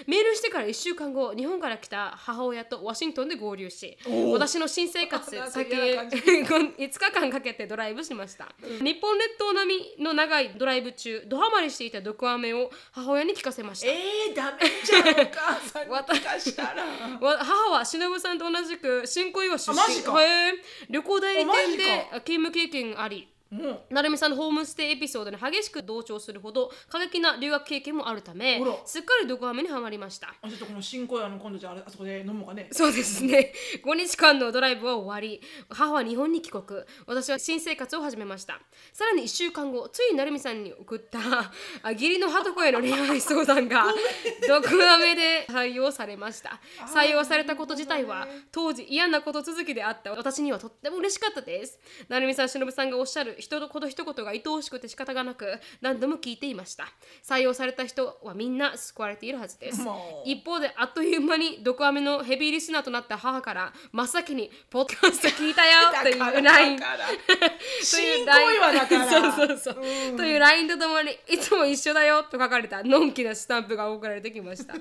Speaker 1: メールしてから1週間後日本から来た母親とワシントンで合流し
Speaker 2: おお
Speaker 1: 私の新生活
Speaker 2: なんか
Speaker 1: 先
Speaker 2: 嫌
Speaker 1: へ
Speaker 2: な 感じ
Speaker 1: 5日間かけてドライブしました、日本列島並みの長いドライブ中ドハマりしていた毒飴を母親に聞かせました
Speaker 2: えー、ダメじゃん、お母 さんに聞かしたら。
Speaker 1: わ母は忍さんと同じく新小岩出身
Speaker 2: あマジか
Speaker 1: へー旅行代理店で
Speaker 2: あマジ
Speaker 1: 勤務経験あり
Speaker 2: もう、
Speaker 1: なるみさんのホームステイエピソードに激しく同調するほど過激な留学経験もあるため
Speaker 2: あら
Speaker 1: すっかり毒ハメにはまりました
Speaker 2: あちょっとこの新小屋の今度じゃああれあそこで飲もうかね。
Speaker 1: そうですね5日間のドライブは終わり母は日本に帰国私は新生活を始めましたさらに1週間後ついなるみさんに送ったあ義理の鳩子への恋愛相談が毒ハメで採用されました採用されたこと自体は当時嫌なこと続きであった私にはとっても嬉しかったですなるみさんしのぶさんがおっしゃる一言一言が愛おしくて仕方がなく何度も聞いていました採用された人はみんな救われているはずです
Speaker 2: もう
Speaker 1: 一方であっという間に毒アメのヘビーリスナーとなった母から真っ先に「ポッドキャスト聞いたよ」という LINE
Speaker 2: だから
Speaker 1: とい
Speaker 2: 新
Speaker 1: う
Speaker 2: 小岩だから。
Speaker 1: そうそうそう、という LINE とともに「いつも一緒だよ」と書かれたのんきなスタンプが送られてきました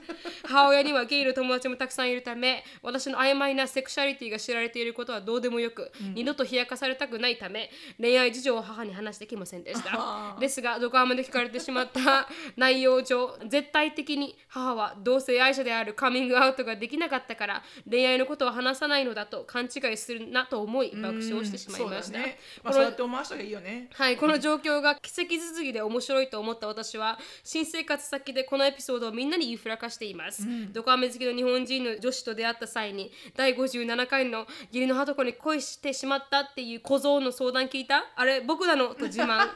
Speaker 1: 母親にはゲイの友達もたくさんいるため私の曖昧なセクシャリティが知られていることはどうでもよく、二度と冷やかされたくないため恋愛事情を母に話してきませんでした
Speaker 2: あー
Speaker 1: ですがドカハムで聞かれてしまった 内容上絶対的に母は同性愛者であるカミングアウトができなかったから恋愛のことを話さないのだと勘違いするなと思い爆笑してしまいまし
Speaker 2: そう
Speaker 1: た
Speaker 2: だ。ね。まあ、そうやって思わしたらいいよね。
Speaker 1: はい、この状況が奇跡続きで面白いと思った私は新生活先でこのエピソードをみんなに言いふらかしています、ドカアメ好きの日本人の女子と出会った際に第57回の義理のハトコに恋してしまったっていう小僧の相談聞いたあれ僕なのと自慢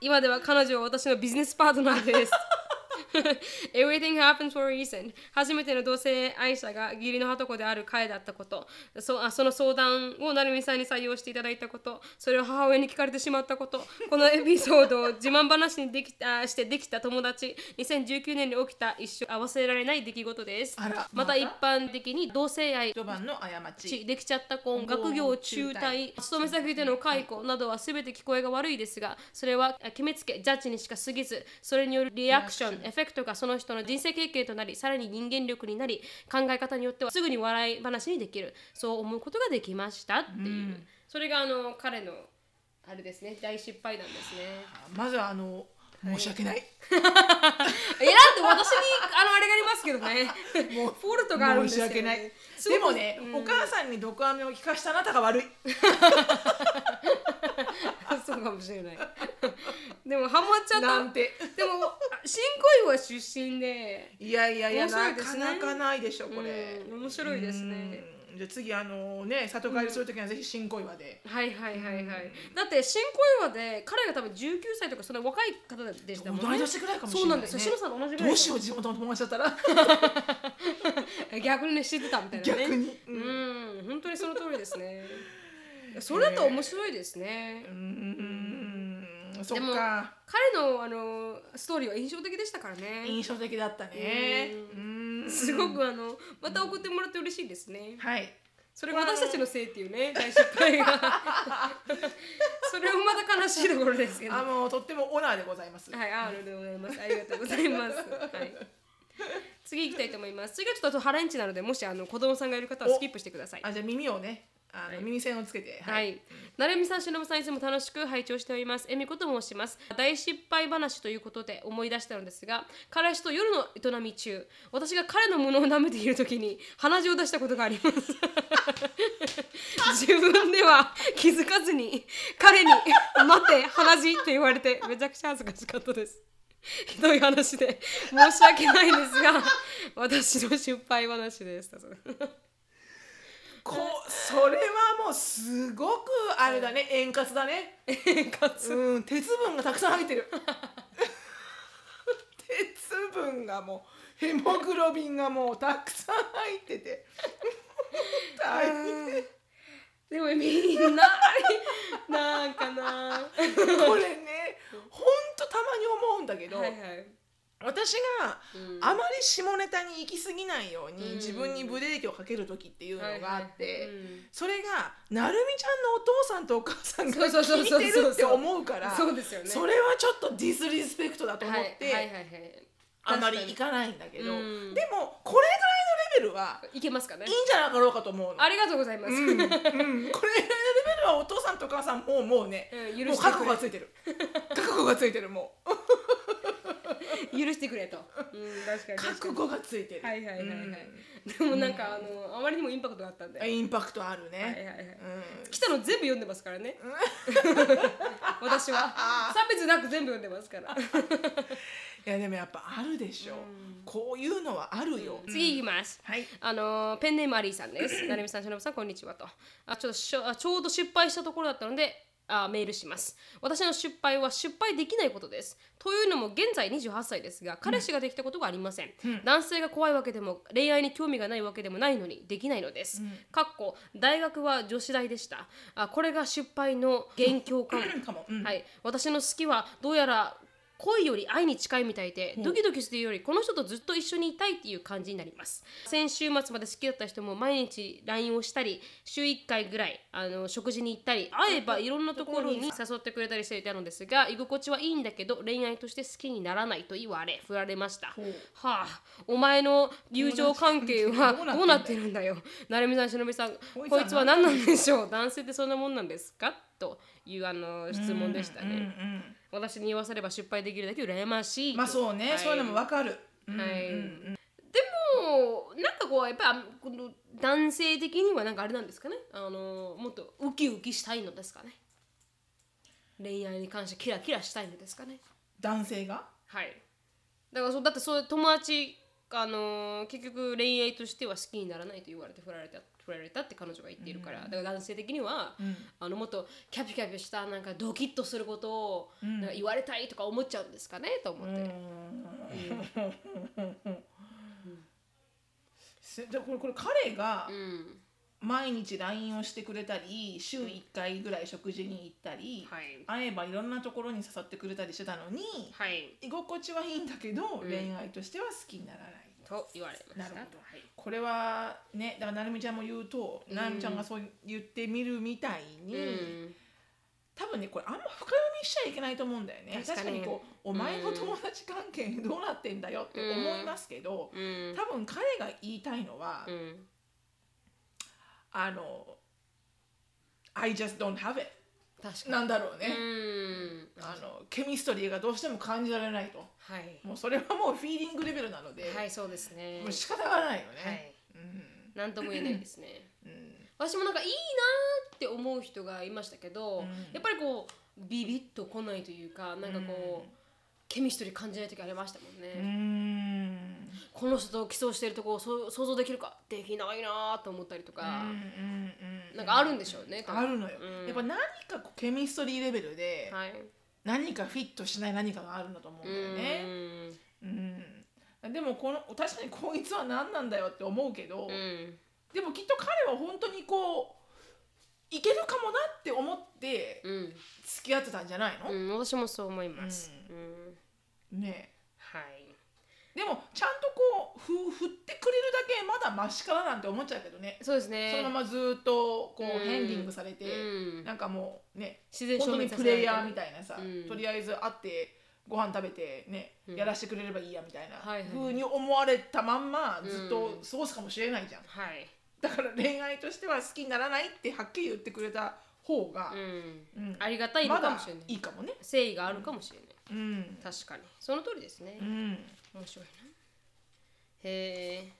Speaker 1: 今では彼女は私のビジネスパートナーです Everything happens for a reason 初めての同性愛者が義理の鳩子である会だったことそあその相談を成美さんに採用していただいたことそれを母親に聞かれてしまったことこのエピソードを自慢話にでき たしてできた友達2019年に起きた一生忘れられない出来事です
Speaker 2: あら
Speaker 1: また一般的に同性愛
Speaker 2: 序盤の過ち。
Speaker 1: できちゃった婚学業中退勤め先での解雇などは全て聞こえが悪いですがそれはあ決めつけジャッジにしか過ぎずそれによるリアクションエフェクトがその人の人生経験となりさらに人間力になり考え方によってはすぐに笑い話にできるそう思うことができましたっていう、それがあの彼のあれですね大失敗なんですね。
Speaker 2: まずはあの申し訳ない。
Speaker 1: えらって私にあのあれがありますけど ねもうフォルトがあるんで
Speaker 2: 申
Speaker 1: す
Speaker 2: し
Speaker 1: よ、ね、
Speaker 2: 訳ない。でもね、お母さんに毒飴を聞かしたあなたが悪い。
Speaker 1: そうかもしれない。でもハマっちゃった。
Speaker 2: なんて。
Speaker 1: でも新小岩出身で、
Speaker 2: いやいやいや、
Speaker 1: 面白い
Speaker 2: な
Speaker 1: です
Speaker 2: か
Speaker 1: ね
Speaker 2: なかないでしょこれ。
Speaker 1: うん面白いですね。
Speaker 2: うんじゃあ次あのね里帰りするときはぜひ新小岩で。
Speaker 1: はいはいはいはい。だって新小岩で彼が多分19歳とかその若い方でしたもんね。
Speaker 2: 同い年ぐらいかもしれ
Speaker 1: そうな
Speaker 2: ないね
Speaker 1: んですよ。篠さんと同じぐらい。
Speaker 2: どうしよう地元の友達だった ら
Speaker 1: う。逆にね知ってたみたいなね。
Speaker 2: 逆に
Speaker 1: うん、本当にその通りですね。それだと面白いですね。
Speaker 2: うーんそ
Speaker 1: でも
Speaker 2: っか
Speaker 1: 彼のあのストーリーは印象的でしたからね
Speaker 2: 印。象的だったね
Speaker 1: う
Speaker 2: うん
Speaker 1: すごくあのまた送ってもらって嬉しいですね。
Speaker 2: はい
Speaker 1: それが私たちのせいっていうね大失敗 がそれもまた悲しいところですけど
Speaker 2: あ
Speaker 1: はい
Speaker 2: のとってもオナーでございます
Speaker 1: ありがとうございますありがとうございます、 はい、次行きたいと思います次はちょっとハランチなのでもしあの子供さんがいる方はスキップしてください
Speaker 2: あじゃあ耳をねあの、耳栓をつけて
Speaker 1: はいい、なるみさん、しのぶさん、いつも楽しく拝聴しております。えみこと申します。大失敗話ということで思い出したのですが、彼氏と夜の営み中、私が彼のものを舐めているときに鼻血を出したことがあります。 自分では気づかずに、彼に待て、鼻血って言われて、めちゃくちゃ恥ずかしかったです。ひどい話で申し訳ないですが、私の失敗話でした。
Speaker 2: こそれはもうすごくあれだね円滑だね
Speaker 1: かつ
Speaker 2: うん鉄分がたくさん入ってる鉄分がもうヘモグロビンがもうたくさん入ってて大変
Speaker 1: でもみんななんかな
Speaker 2: これねほんとたまに思うんだけど、
Speaker 1: はいはい、
Speaker 2: 私が
Speaker 1: うん
Speaker 2: あまり下ネタに行き過ぎないように、
Speaker 1: うん
Speaker 2: 自分にブレーキをかける時っていうのがあ
Speaker 1: はい
Speaker 2: って、
Speaker 1: はいうん
Speaker 2: それがなるみちゃんのお父さんとお母さんが
Speaker 1: そうそう
Speaker 2: 聞い
Speaker 1: そうそう
Speaker 2: てるって思うから
Speaker 1: そうですよね
Speaker 2: それはちょっとディスリスペクトだと思っ
Speaker 1: はい
Speaker 2: て、
Speaker 1: はいはいはい
Speaker 2: あまり行かないんだけど、
Speaker 1: うん
Speaker 2: でもこれぐらいのレベルは
Speaker 1: 確かにいけますかね
Speaker 2: いいんじゃなかろうかと思うの。
Speaker 1: ありがとうございます、
Speaker 2: うんうん、これぐらいのレベルはお父さんとお母さんもうもうね、
Speaker 1: うん許
Speaker 2: もう
Speaker 1: してくれ
Speaker 2: 覚悟がつい てる覚悟がついてるもう
Speaker 1: 許してくれと、うん、確かに確か
Speaker 2: 覚
Speaker 1: に
Speaker 2: 悟がついてる
Speaker 1: はいはいはいはい、
Speaker 2: うん
Speaker 1: でもなんかあのあまりにもインパクトがあったんで、はい
Speaker 2: インパクトある
Speaker 1: はい
Speaker 2: ね。
Speaker 1: はい、
Speaker 2: うん
Speaker 1: 来たの全部読んでますからね私 は差別なく全部読んでますから
Speaker 2: いやでもやっぱあるでしょ。こういうのはあるよ。
Speaker 1: 次いきます、
Speaker 2: はい。
Speaker 1: あのーペンネームアリーさんです。なるみさん、しのぶさん、こんにちはと。あちょっとしょあちょうど失敗したところだったのであ、メールします。私の失敗は失敗できないことです。というのも、現在28歳ですが、彼氏ができたことがありません。男性が怖いわけでも、恋愛に興味がないわけでもないのに、できないのです。かっこ、大学は女子大でした。あこれが失敗の元凶かも。
Speaker 2: かも。うん
Speaker 1: はい、私の好きはどうやら恋より愛に近いみたいでドキドキするよりこの人とずっと一緒にいたいっていう感じになります先週末まで好きだった人も毎日 LINE をしたり週1回ぐらいあの食事に行ったり会えばいろんなところに誘ってくれたりしていたのですが居心地はいいんだけど恋愛として好きにならないと言われ振られましたは
Speaker 2: う
Speaker 1: あお前の友情関係は
Speaker 2: どうなってんだよ
Speaker 1: どうなってるんだよなるみさんしのびさん
Speaker 2: こいつは
Speaker 1: こいつは何なんでしょう男性ってそんなもんなんですかというあの質問でしたね、
Speaker 2: うんうん
Speaker 1: 私に言わせれば失敗できるだけ羨ましいと
Speaker 2: まあそうね。
Speaker 1: はい
Speaker 2: そういうのもわかる。うん
Speaker 1: はい
Speaker 2: うんうん
Speaker 1: もうなんかこうやっぱあこの男性的にはなんかあれなんですかねあのもっとウキウキしたいのですかね恋愛に関してキラキラしたいのですかね
Speaker 2: 男性が。
Speaker 1: はいだからそうだってそういう友達あの結局恋愛としては好きにならないと言われて振られた振られたって彼女が言っているから、だから男性的には、あのもっとキャピキャピしたなんかドキッとすることをなんか言われたいとか思っちゃうんですかねと思って、
Speaker 2: せじゃあこれこれ彼が
Speaker 1: うん
Speaker 2: 毎日 LINE をしてくれたり週1回ぐらい食事に行ったり、
Speaker 1: はい
Speaker 2: 会えばいろんなところに誘ってくれたりしてたのに、
Speaker 1: はい
Speaker 2: 居心地はいいんだけど、恋愛としては好きにならない。
Speaker 1: と言われま
Speaker 2: な
Speaker 1: し
Speaker 2: る
Speaker 1: た
Speaker 2: ほど
Speaker 1: はい
Speaker 2: これはねだからなるみちゃんも言うと、なるみちゃんがそう言ってみるみたいに、
Speaker 1: うん
Speaker 2: 多分ねこれあんま深読みしちゃいけないと思うんだよね
Speaker 1: 確か
Speaker 2: 確か
Speaker 1: に
Speaker 2: にこう、お前の友達関係どうなってんだよって思いますけど、
Speaker 1: うん
Speaker 2: 多分彼が言いたいのは、
Speaker 1: うん
Speaker 2: あの「I just don't have it
Speaker 1: 確」か
Speaker 2: なんだろう
Speaker 1: にう
Speaker 2: ね、
Speaker 1: ん
Speaker 2: あのケミストリーがどうしても感じられないと
Speaker 1: はい
Speaker 2: もうそれはもうフィーリングレベルなので、
Speaker 1: はいそうですね
Speaker 2: もう仕方がないよね、
Speaker 1: はい
Speaker 2: うん
Speaker 1: なんとも言えないですね
Speaker 2: うん
Speaker 1: 私もなんかいいなーって思う人がいましたけど、やっぱりこうビビッと来ないというかなんかこう、ケミストリー感じない時ありましたもんね、
Speaker 2: うん
Speaker 1: この人と競争してるとこをそう想像できるかできないなーと思ったりとか、
Speaker 2: うんうん
Speaker 1: なんかあるんでしょうね多分
Speaker 2: あるのよ、
Speaker 1: うん
Speaker 2: やっぱ何かこうケミストリーレベルで
Speaker 1: はい
Speaker 2: 何かフィットしない何かがあるんだと思うんだよね、
Speaker 1: ね
Speaker 2: うんでもこの確かにこいつは何なんだよって思うけど、
Speaker 1: うん
Speaker 2: でもきっと彼は本当にこういけるかもなって思って
Speaker 1: うん、
Speaker 2: 付き合ってたんじゃないの、
Speaker 1: うん、私もそう思います、うん
Speaker 2: ね
Speaker 1: はい
Speaker 2: えでもちゃんとこうふ振ってくれるだけまだマシかななんて思っちゃうけどね
Speaker 1: そうですね
Speaker 2: そのままずっとこう
Speaker 1: うん
Speaker 2: ヘンディングされて、
Speaker 1: うん
Speaker 2: なんかもうね
Speaker 1: 自然消
Speaker 2: 本
Speaker 1: 滅
Speaker 2: 当に
Speaker 1: さ
Speaker 2: プ
Speaker 1: せられ
Speaker 2: レ
Speaker 1: て
Speaker 2: イヤーみたいなさ、
Speaker 1: うん
Speaker 2: とりあえず会ってご飯食べてね、
Speaker 1: うん
Speaker 2: やらしてくれればいいやみたいな
Speaker 1: はいはい
Speaker 2: ふうに思われたまんま
Speaker 1: うん
Speaker 2: ずっと過ごすかもしれないじゃん、
Speaker 1: はい、
Speaker 2: だから恋愛としては好きにならないってはっきり言ってくれた方が
Speaker 1: う、ん
Speaker 2: うん
Speaker 1: ありがたいの
Speaker 2: ま
Speaker 1: かも
Speaker 2: だ
Speaker 1: しれない、
Speaker 2: いいかもね
Speaker 1: 誠意があるかもしれない、
Speaker 2: うん、
Speaker 1: 確かにその通りですね、
Speaker 2: うん、
Speaker 1: 面白いなへえ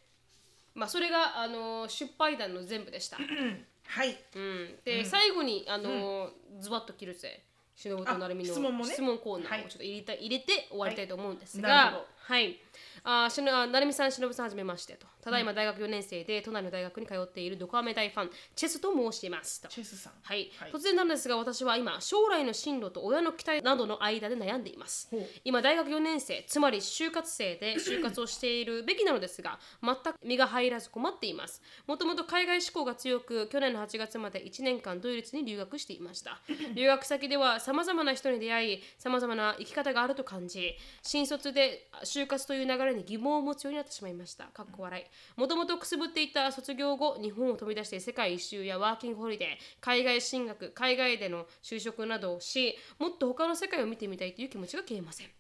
Speaker 1: まあそれがあのー失敗談の全部で した、
Speaker 2: はい
Speaker 1: うん、で、最後にあのー、ズバッと切るぜしのぶとなるみの
Speaker 2: あ質問もね
Speaker 1: 質問コーナーを
Speaker 2: はい
Speaker 1: ちょっと入れた、入れて終わりたいと思うんですが、
Speaker 2: なるほど
Speaker 1: はい。あーしのあ成美さん、しのぶさん、はじめましてと。ただいま大学4年生で、都内の大学に通っているドクアメ大ファン、チェスと申しますと。
Speaker 2: チェスさん
Speaker 1: はい、
Speaker 2: はい
Speaker 1: 突然なのですが私は今将来の進路と親の期待などの間で悩んでいます
Speaker 2: ほう
Speaker 1: 今大学4年生つまり就活生 で就活をしているべきなのですが全く身が入らず困っていますもともと海外志向が強く去年の8月まで1年間ドイツに留学していました 留学先ではさまざまな人に出会いさまざまな生き方があると感じ新卒で就活という流れに疑問を持つようになってしまいましたかっこ笑いもともとくすぶっていた卒業後日本を飛び出して世界一周やワーキングホリデー海外進学海外での就職などをしもっと他の世界を見てみたいという気持ちが消えません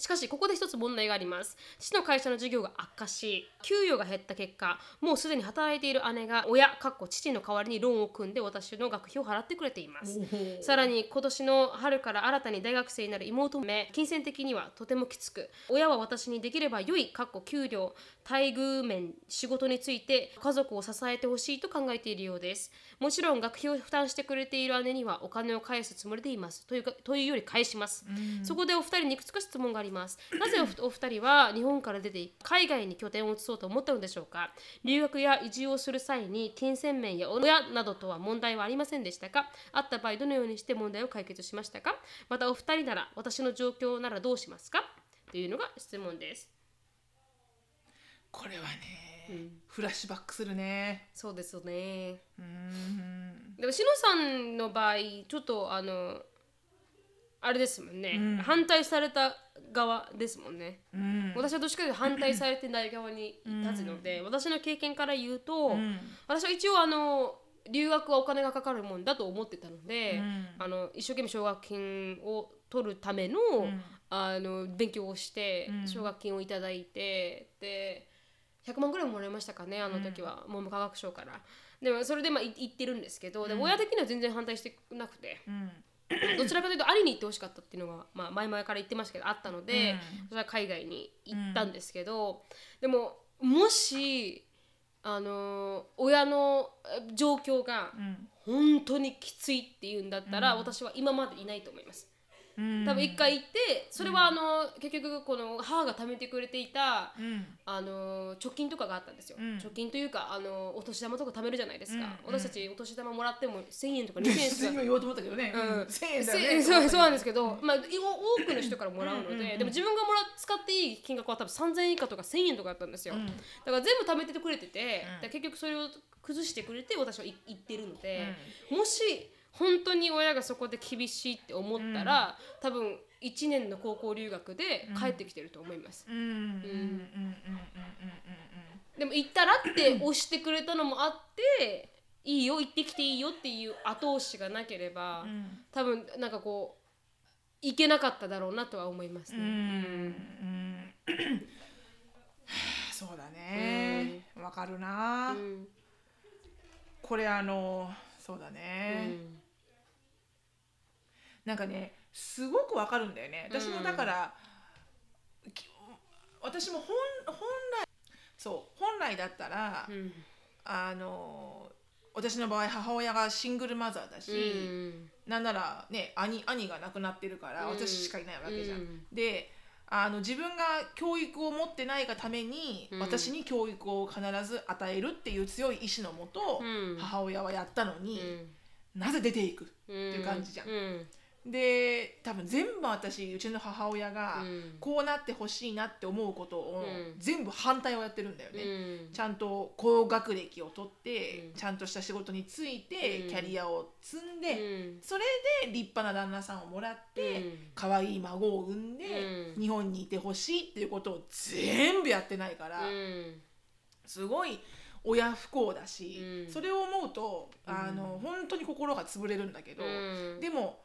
Speaker 1: しかしここで一つ問題があります父の会社の事業が悪化し給与が減った結果もうすでに働いている姉が親かっこ父の代わりにローンを組んで私の学費を払ってくれていますさらに今年の春から新たに大学生になる妹め金銭的にはとてもきつく親は私にできれば良いかっこ給料待遇面仕事について家族を支えてほしいと考えているようですもちろん学費を負担してくれている姉にはお金を返すつもりでいますというかというより返します、そこでお二人にいくつか質問がありますなぜおふお二人は日本から出て海外に拠点を移そうと思ったのでしょうか留学や移住をする際に金銭面や親などとは問題はありませんでしたかあった場合どのようにして問題を解決しましたかまたお二人なら私の状況ならどうしますかというのが質問です
Speaker 2: これはね、
Speaker 1: うん
Speaker 2: フラッシュバックするね
Speaker 1: そうですよね
Speaker 2: うーん
Speaker 1: でもしのさんの場合ちょっとあのあれですもんね、
Speaker 2: うん
Speaker 1: 反対された側ですもんね
Speaker 2: うん
Speaker 1: 私はどっちかというと反対されてない側に立つので、私の経験から言うと、
Speaker 2: うん
Speaker 1: 私は一応あの留学はお金がかかるもんだと思ってたので、
Speaker 2: うん
Speaker 1: あの一生懸命奨学金を取るための,、
Speaker 2: ん
Speaker 1: あの勉強をして
Speaker 2: うん
Speaker 1: 奨学金をいただいて、で100万ぐらいもらいましたかねあの時は、文部科学省から。でもそれでまあい行ってるんですけど、で親的には全然反対してなくて。
Speaker 2: うん
Speaker 1: どちらかというと兄に行ってほしかったっていうのが、まあ、前々から言ってましたけどあったので、
Speaker 2: うん
Speaker 1: それは海外に行ったんですけど、でももしあのー親のえ状況が
Speaker 2: うん
Speaker 1: 本当にきついっていうんだったら、私は今までいないと思います。
Speaker 2: うん
Speaker 1: 多分一回行ってそれはあのー結局この母が貯めてくれていた
Speaker 2: うん
Speaker 1: あの貯金とかがあったんですよ、
Speaker 2: うん
Speaker 1: 貯金というかあのお年玉とか貯めるじゃないですか、
Speaker 2: うん
Speaker 1: 私たちお年玉もらっても1,000円とか2,000円と
Speaker 2: 今
Speaker 1: か
Speaker 2: 言おうと思ったけどね、
Speaker 1: うん
Speaker 2: 1000円だよ
Speaker 1: せ
Speaker 2: ね
Speaker 1: そうそうなんですすけど、まあ、いお多くの人からもらうので
Speaker 2: うんうんう
Speaker 1: で
Speaker 2: ん
Speaker 1: も自分がもら使っていい金額は多分3000円以下とか1000円とかだったんですよ、
Speaker 2: うん
Speaker 1: だから全部貯めててくれてて、だ
Speaker 2: うん
Speaker 1: から結局それを崩してくれて私はい行ってるので、もし本当に親がそこで厳しいって思ったら、多分1年の高校留学で帰ってきてると思います、
Speaker 2: うんうんうんうんうんうん
Speaker 1: でも行ったらって押してくれたのもあっていいよ行ってきていいよっていう後押しがなければ、
Speaker 2: うんうん
Speaker 1: 多分なんかこういけなかっただろうなとは思います
Speaker 2: う
Speaker 1: ね。
Speaker 2: んうんそうだねわかるな、
Speaker 1: うん
Speaker 2: これあのそうだ
Speaker 1: う
Speaker 2: ね、
Speaker 1: ん
Speaker 2: なんかねすごくわかるんだよね私もだから、き私も本本来そう本来だったら、
Speaker 1: うん
Speaker 2: あの私の場合母親がシングルマザーだし、
Speaker 1: うん
Speaker 2: なんならね兄兄が亡くなってるから
Speaker 1: うん
Speaker 2: 私しかいないわけじゃん。
Speaker 1: うん
Speaker 2: であの自分が教育を持ってないがために、
Speaker 1: うん
Speaker 2: 私に教育を必ず与えるっていう強い意志のもと、
Speaker 1: うん
Speaker 2: 母親はやったのに、
Speaker 1: うん
Speaker 2: なぜ出ていく
Speaker 1: て
Speaker 2: いう感じじゃん
Speaker 1: うん
Speaker 2: で多分全部私うちの母親が
Speaker 1: うん
Speaker 2: こうなってほしいなって思うことを
Speaker 1: うん
Speaker 2: 全部反対をやってるんだよ
Speaker 1: う
Speaker 2: ね。
Speaker 1: ん
Speaker 2: ちゃんと高学歴を取って、
Speaker 1: うん
Speaker 2: ちゃんとした仕事に就いて、
Speaker 1: うん
Speaker 2: キャリアを積ん
Speaker 1: う
Speaker 2: で、
Speaker 1: ん
Speaker 2: それで立派な旦那さんをもらっ
Speaker 1: う
Speaker 2: て、
Speaker 1: ん
Speaker 2: 可愛い孫を産んで、
Speaker 1: うん
Speaker 2: 日本にいてほしいっていうことを全部やってないから、
Speaker 1: うん
Speaker 2: すごい親不幸だし、
Speaker 1: うん
Speaker 2: それを思うとあの、本当に心が潰れるんだけど、
Speaker 1: うん
Speaker 2: でも、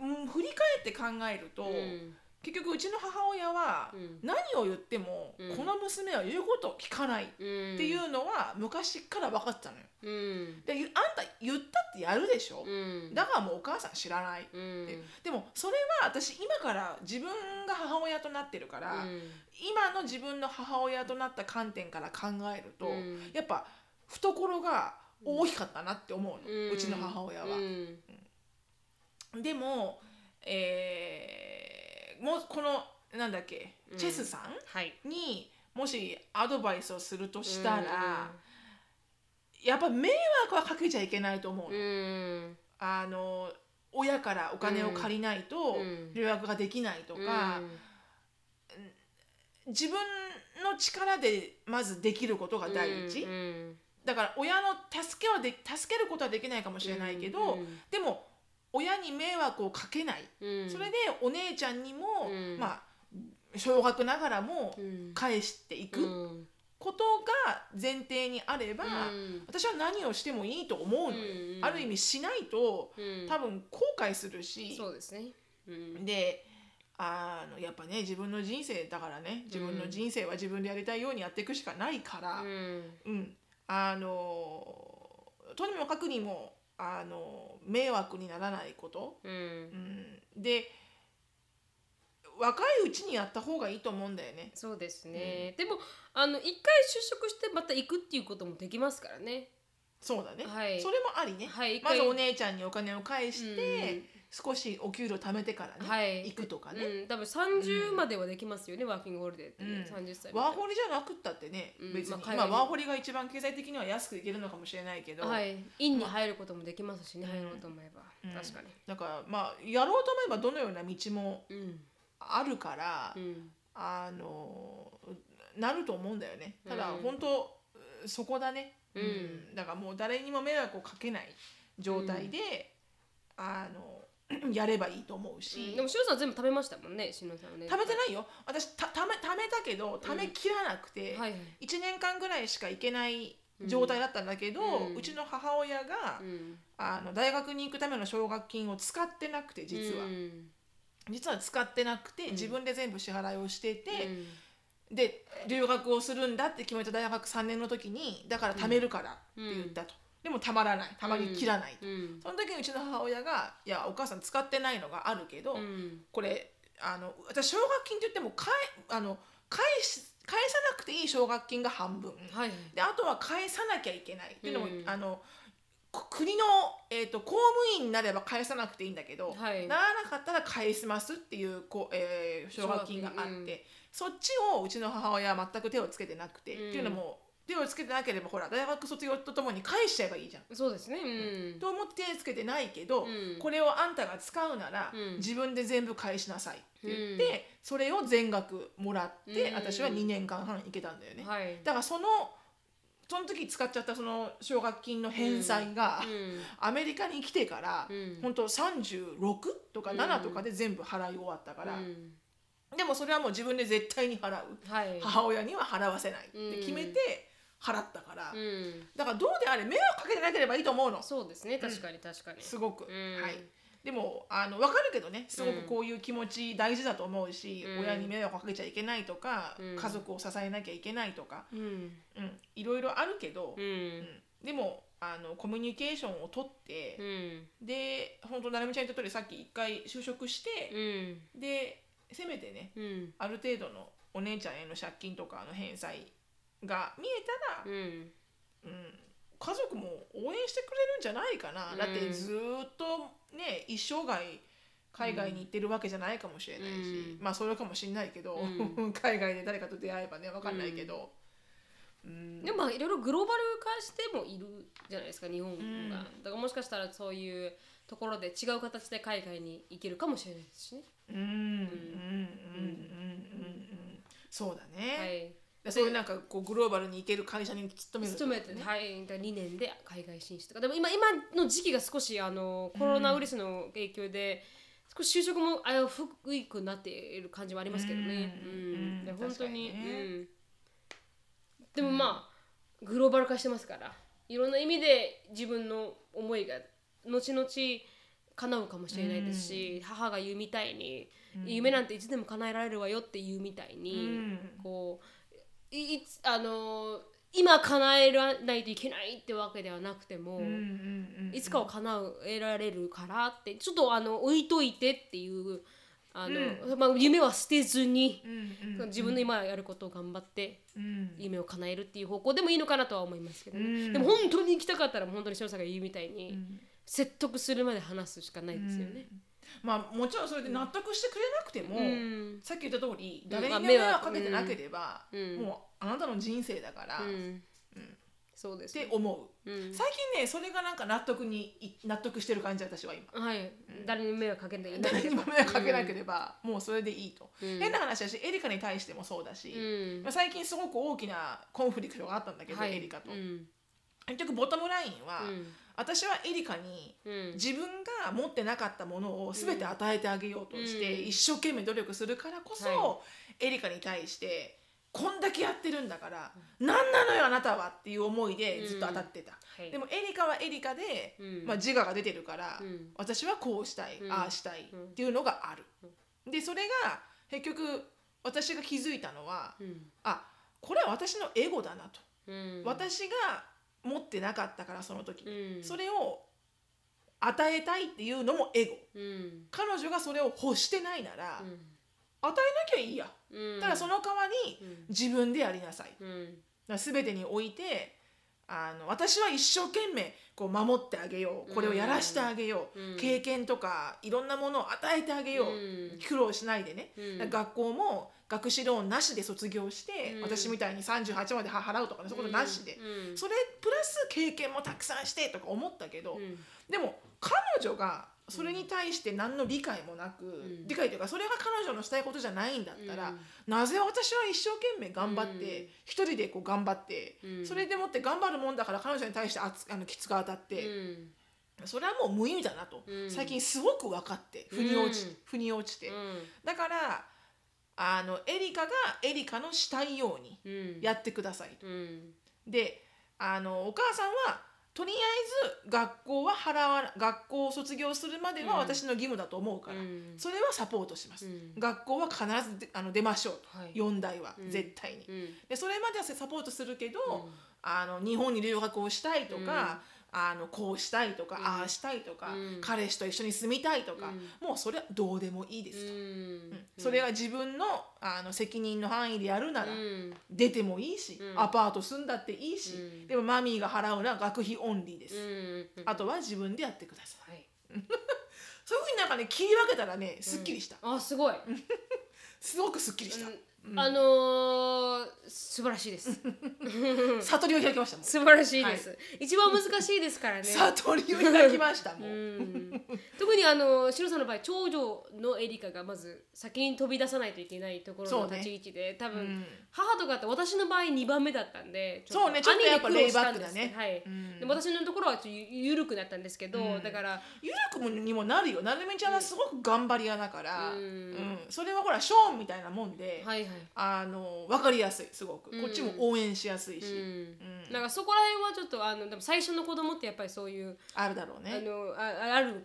Speaker 2: うん、振り返って考えると、
Speaker 1: うん
Speaker 2: 結局うちの母親は
Speaker 1: うん
Speaker 2: 何を言っても、
Speaker 1: うん
Speaker 2: この娘は言うことを聞かない
Speaker 1: うん
Speaker 2: っていうのは昔から分かってたのよ。
Speaker 1: うん
Speaker 2: でゆあんた言ったってやるでしょ、
Speaker 1: うん
Speaker 2: だからもうお母さん知らないって、
Speaker 1: うん
Speaker 2: でもそれは私今から自分が母親となってるから、
Speaker 1: うん
Speaker 2: 今の自分の母親となった観点から考えると、
Speaker 1: うん
Speaker 2: やっぱ懐が大きかったなって思うの、うちの母親は。
Speaker 1: うん
Speaker 2: でも,、えーもうこのなんだっけ、チェスさん
Speaker 1: はい
Speaker 2: にもしアドバイスをするとしたら、
Speaker 1: う
Speaker 2: やっぱ迷惑はかけちゃいけないと思う、
Speaker 1: んうん
Speaker 2: あの親からお金を借りないと
Speaker 1: うん
Speaker 2: 留学ができないとか、自分の力でまずできることが第一、
Speaker 1: うんうん
Speaker 2: だから親の助けはで助けることはできないかもしれないけど、
Speaker 1: うん
Speaker 2: でも親に迷惑をかけない、
Speaker 1: うん
Speaker 2: それでお姉ちゃんにも、
Speaker 1: うん
Speaker 2: まあ小学ながらも
Speaker 1: うん
Speaker 2: 返していく
Speaker 1: うん
Speaker 2: ことが前提にあれば、
Speaker 1: うん
Speaker 2: 私は何をしてもいいと思うのよ、
Speaker 1: うんうん
Speaker 2: ある意味しないと
Speaker 1: うん
Speaker 2: 多分後悔するし、
Speaker 1: そうですねうん
Speaker 2: であのやっぱね自分の人生だからね自分の人生は自分でやりたいようにやっていくしかないから、
Speaker 1: うん
Speaker 2: うん、あのとにもかくにもあの迷惑にならないこと、
Speaker 1: うん
Speaker 2: うん、で若いうちにやった方がいいと思うんだよね。
Speaker 1: そうですね、でもあの一回就職してまた行くっていうこともできますからね
Speaker 2: そうだね、
Speaker 1: はい
Speaker 2: それもありね、
Speaker 1: はい一
Speaker 2: ま
Speaker 1: 回
Speaker 2: ずお姉ちゃんにお金を返して、
Speaker 1: うん
Speaker 2: 少しお給料貯めてからね、
Speaker 1: はい
Speaker 2: 行くとかね、
Speaker 1: うん、多分30まではできますよね、ワーキングホリデーって、
Speaker 2: うん
Speaker 1: ね30歳
Speaker 2: ワーホリじゃなくったってね、
Speaker 1: うん
Speaker 2: 別に、
Speaker 1: まあ
Speaker 2: まあ
Speaker 1: 海外に
Speaker 2: ワーホリが一番経済的には安くいけるのかもしれないけど、
Speaker 1: はい院に入ることもできますしね、入ろうと思えば、
Speaker 2: うん
Speaker 1: 確かに
Speaker 2: だからまあやろうと思えばどのような道も
Speaker 1: うん
Speaker 2: あるから、
Speaker 1: うん
Speaker 2: あのなると思うんだよねただ、
Speaker 1: うん
Speaker 2: 本当そこだね、
Speaker 1: うん
Speaker 2: だからもう誰にも迷惑をかけない状態で、あの やればいいと思うし、
Speaker 1: でもしゅうさん全部食べましたもんねしのさんはね
Speaker 2: 貯めてないよ私た貯め貯めたけど貯めきらなくて、
Speaker 1: はいはい
Speaker 2: 1年間ぐらいしか行けない状態だったんだけど、
Speaker 1: う
Speaker 2: うんちの母親が、
Speaker 1: うん
Speaker 2: あの大学に行くための奨学金を使ってなくて実は、
Speaker 1: うん
Speaker 2: 実は使ってなくて自分で全部支払いをしてて、
Speaker 1: うん
Speaker 2: で留学をするんだって決めた大学3年の時にだから貯めるからって言ったと、でもたまらないたまりきらないと、
Speaker 1: うん
Speaker 2: その時にうちの母親が「いやお母さん使ってないのがあるけど、
Speaker 1: うん
Speaker 2: これあの私奨学金って言っても返あの返し返さなくていい奨学金が半分、
Speaker 1: はいはい
Speaker 2: であとは返さなきゃいけないっていうのも、
Speaker 1: うん
Speaker 2: あのこ国の、えー、と公務員になれば返さなくていいんだけど、
Speaker 1: はい
Speaker 2: ならなかったら返しますっていうこう、えー奨学金があって、
Speaker 1: 奨学金うん
Speaker 2: そっちをうちの母親は全く手をつけてなくて、
Speaker 1: うん
Speaker 2: っていうのも手をつけてなければほら大学卒業とともに返しちゃえばいいじゃん。
Speaker 1: そうですねうん
Speaker 2: と思って手をつけてないけど、
Speaker 1: うん
Speaker 2: これをあんたが使うなら、
Speaker 1: うん
Speaker 2: 自分で全部返しなさいって言って、
Speaker 1: うん
Speaker 2: それを全額もらって、
Speaker 1: うん
Speaker 2: 私は2年間半行けたんだよね。
Speaker 1: はい
Speaker 2: だからそのその時使っちゃったその奨学金の返済が、
Speaker 1: うん
Speaker 2: アメリカに来てから、
Speaker 1: うん
Speaker 2: 本当36とか
Speaker 1: うん
Speaker 2: 7とかで全部払い終わったから、
Speaker 1: うん
Speaker 2: でもそれはもう自分で絶対に払う、
Speaker 1: はい
Speaker 2: 母親には払わせないって決めて払ったから、
Speaker 1: うん
Speaker 2: だからどうであれ迷惑かけてなければいいと思うの
Speaker 1: そうですね確かに確かに
Speaker 2: すごく、
Speaker 1: うん
Speaker 2: はいでもあの分かるけどねすごくこういう気持ち大事だと思うし、
Speaker 1: うん
Speaker 2: 親に迷惑かけちゃいけないとか、
Speaker 1: うん
Speaker 2: 家族を支えなきゃいけないとか、
Speaker 1: うん
Speaker 2: うん、いろいろあるけど、
Speaker 1: う
Speaker 2: うんんでもあのコミュニケーションをとって、
Speaker 1: うん
Speaker 2: で本当なるみちゃん言った通りさっき一回就職して、
Speaker 1: うん
Speaker 2: でせめてね
Speaker 1: うん
Speaker 2: ある程度のお姉ちゃんへの借金とかの返済が見えたら、
Speaker 1: うん
Speaker 2: うん家族も応援してくれるんじゃないかな、
Speaker 1: うん
Speaker 2: だってずーっとね一生涯海外に行ってるわけじゃないかもしれないし、
Speaker 1: うん
Speaker 2: まあそれかもしれないけど、
Speaker 1: う
Speaker 2: 海外で誰かと出会えばね分かんないけど、うん
Speaker 1: でもまあいろいろグローバル化してもいるじゃないですか日本が、
Speaker 2: うん
Speaker 1: だからもしかしたらそういうところで違う形で海外に行けるかもしれないですしね。
Speaker 2: うんうんうんうんうんうんそうだ
Speaker 1: は
Speaker 2: ね、
Speaker 1: い、
Speaker 2: でそういうなんかこうグローバルに行ける会社に勤めると
Speaker 1: 勤めて、はい、だから2年で海外進出とかでも今今の時期が少しあのコロナウイルスの影響で、少し就職も危ういくなっている感じもありますけどね。
Speaker 2: う
Speaker 1: うんん
Speaker 2: うん
Speaker 1: で本当に
Speaker 2: 確かにね
Speaker 1: うん、でもまあグローバル化してますからいろんな意味で自分の思いが後々叶うかもしれないですし、母が言うみたいに、夢なんていつでも叶えられるわよって言うみたいに、
Speaker 2: うん
Speaker 1: こういいつあのー今叶えられないといけないってわけではなくても、
Speaker 2: うんうんうん
Speaker 1: いつかを叶えられるからってちょっとあの置いといてっていうあの、まあ、夢は捨てずに
Speaker 2: う、んうん
Speaker 1: 自分の今やることを頑張って
Speaker 2: うん
Speaker 1: 夢を叶えるっていう方向でもいいのかなとは思いますけどね、
Speaker 2: うん
Speaker 1: でも本当に行きたかったら本当に翔さんが言うみたいに、
Speaker 2: うん
Speaker 1: 説得するまで話すしかないですよね。
Speaker 2: まあもちろんそれで納得してくれなくても、
Speaker 1: うん
Speaker 2: さっき言った通り
Speaker 1: ん
Speaker 2: 誰に
Speaker 1: ま
Speaker 2: も
Speaker 1: あ
Speaker 2: 迷
Speaker 1: 迷惑
Speaker 2: 惑かけてなければ、
Speaker 1: うん
Speaker 2: もうあなたの人生だから、
Speaker 1: う
Speaker 2: っ
Speaker 1: ん
Speaker 2: うん
Speaker 1: そうです、
Speaker 2: て
Speaker 1: ね。
Speaker 2: 思う、
Speaker 1: うん
Speaker 2: 最近ねそれがなんか納得にい納得してる感じ私は今
Speaker 1: はい、誰にも迷惑かけない。
Speaker 2: 誰にも迷惑かけなければ、もうそれでいいと、
Speaker 1: うん
Speaker 2: 変な話だしエリカに対してもそうだし、
Speaker 1: うん
Speaker 2: まあ最近すごく大きなコンフリクトがあったんだけど、エリカと、
Speaker 1: うん
Speaker 2: 結局ボトムラインは、
Speaker 1: うん
Speaker 2: 私はエリカに
Speaker 1: うん
Speaker 2: 自分が持ってなかったものを全て与えてあげようとして、
Speaker 1: うん
Speaker 2: 一生懸命努力するからこそ、
Speaker 1: は
Speaker 2: エリカに対してこんだけやってるんだから、何なのよあなたはっていう思いでずっと当たってた、
Speaker 1: はい、
Speaker 2: でもエリカはエリカで、
Speaker 1: うん
Speaker 2: まあ、自我が出てるから、
Speaker 1: うん
Speaker 2: 私はこうしたい、
Speaker 1: うん
Speaker 2: ああしたいっていうのがある、でそれが結局私が気づいたのは、
Speaker 1: うん
Speaker 2: あこれは私のエゴだなと、
Speaker 1: うん、
Speaker 2: 私が持ってなかったからその時
Speaker 1: う
Speaker 2: に、
Speaker 1: ん、
Speaker 2: それを与えたいっていうのもエゴ
Speaker 1: うん、
Speaker 2: 彼女がそれを欲してないなら、与えなきゃいいや、
Speaker 1: うん、
Speaker 2: ただその代わり
Speaker 1: うん
Speaker 2: 自分でやりなさい、
Speaker 1: うん、
Speaker 2: だから全てにおいてあの私は一生懸命こう守ってあげようこれをやらしてあげよう、
Speaker 1: うん
Speaker 2: 経験とかいろんなものを与えてあげよう、
Speaker 1: うん
Speaker 2: 苦労しないでね、
Speaker 1: うん
Speaker 2: だから学校も学士ローンなしで卒業して、
Speaker 1: うん
Speaker 2: 私みたいに38まで払うとかねそういうことなしで、
Speaker 1: うん、
Speaker 2: それプラス経験もたくさんしてとか思ったけど、
Speaker 1: うん
Speaker 2: でも彼女がそれに対して何の理解もなく、
Speaker 1: ん
Speaker 2: 理解というかそれが彼女のしたいことじゃないんだったら、
Speaker 1: うん
Speaker 2: なぜ私は一生懸命頑張って、
Speaker 1: うん
Speaker 2: 一人でこう頑張って、
Speaker 1: うん
Speaker 2: それでもって頑張るもんだから彼女に対してあつあのきつが当たって、
Speaker 1: うん
Speaker 2: それはもう無意味だなと、
Speaker 1: うん
Speaker 2: 最近すごく分かって腑に落ち,、
Speaker 1: うん
Speaker 2: 腑に落ちて、
Speaker 1: うん
Speaker 2: だからあのエリカがエリカのしたいように
Speaker 1: うん、
Speaker 2: やってくださいと。
Speaker 1: うん、
Speaker 2: であのお母さんはとりあえず学校は払わな学校を卒業するまでは
Speaker 1: うん
Speaker 2: 私の義務だと思うから、
Speaker 1: うん
Speaker 2: それはサポートします、
Speaker 1: うん
Speaker 2: 学校は必ずであの出ましょうと、
Speaker 1: はい
Speaker 2: 4代は
Speaker 1: うん
Speaker 2: 絶対に、
Speaker 1: うん
Speaker 2: でそれまではサポートするけど、
Speaker 1: ん
Speaker 2: あの日本に留学をしたいとか、あのこうしたいとか、
Speaker 1: うん
Speaker 2: ああしたいとか、
Speaker 1: うん
Speaker 2: 彼氏と一緒に住みたいとか、
Speaker 1: うん
Speaker 2: もうそれはどうでもいいで
Speaker 1: う
Speaker 2: すと、
Speaker 1: ん
Speaker 2: うんそれが自分のあの責任の範囲でやるなら、
Speaker 1: うん
Speaker 2: 出てもいいし、
Speaker 1: うん
Speaker 2: アパート住んだっていいし、
Speaker 1: うん
Speaker 2: でもマミーが払うのは学費オンリーです、
Speaker 1: うん、
Speaker 2: あとは自分でやってください
Speaker 1: はい、
Speaker 2: そういうふうになんかね切り分けたらねすっきりした、
Speaker 1: あすごい、
Speaker 2: すごくすっきりした、
Speaker 1: うん、あのー、素晴らしいです
Speaker 2: 悟りを開きましたもん
Speaker 1: 素晴らしいです、一番難しいですからね
Speaker 2: 悟りを開きましたもん、
Speaker 1: うん特にあのシロさんの場合長女のエリカがまず先に飛び出さないといけないところ
Speaker 2: そ
Speaker 1: の
Speaker 2: うね
Speaker 1: 立ち位置で、多分、
Speaker 2: うん
Speaker 1: 母とかって私の場合2番目だったんでちょっと
Speaker 2: そうねちょっとやっぱ
Speaker 1: 兄で苦労したん
Speaker 2: レイバックだ
Speaker 1: ですけ
Speaker 2: ね
Speaker 1: どはい
Speaker 2: うん
Speaker 1: でも私のところはちょっとゆ緩くなったんですけど、だから
Speaker 2: ゆるくもにもなるよなるみちゃんはすごく頑張り屋だから、
Speaker 1: うん
Speaker 2: それはほらショーンみたいなもんで、
Speaker 1: はいはい、
Speaker 2: あの分かりやすいすごく、
Speaker 1: うん
Speaker 2: こっちも応援しやすいし、
Speaker 1: うん
Speaker 2: うん
Speaker 1: なんかそこら辺はちょっとあのでも最初の子供ってやっぱりそういう
Speaker 2: あるだろう
Speaker 1: あ
Speaker 2: ね、
Speaker 1: のあある、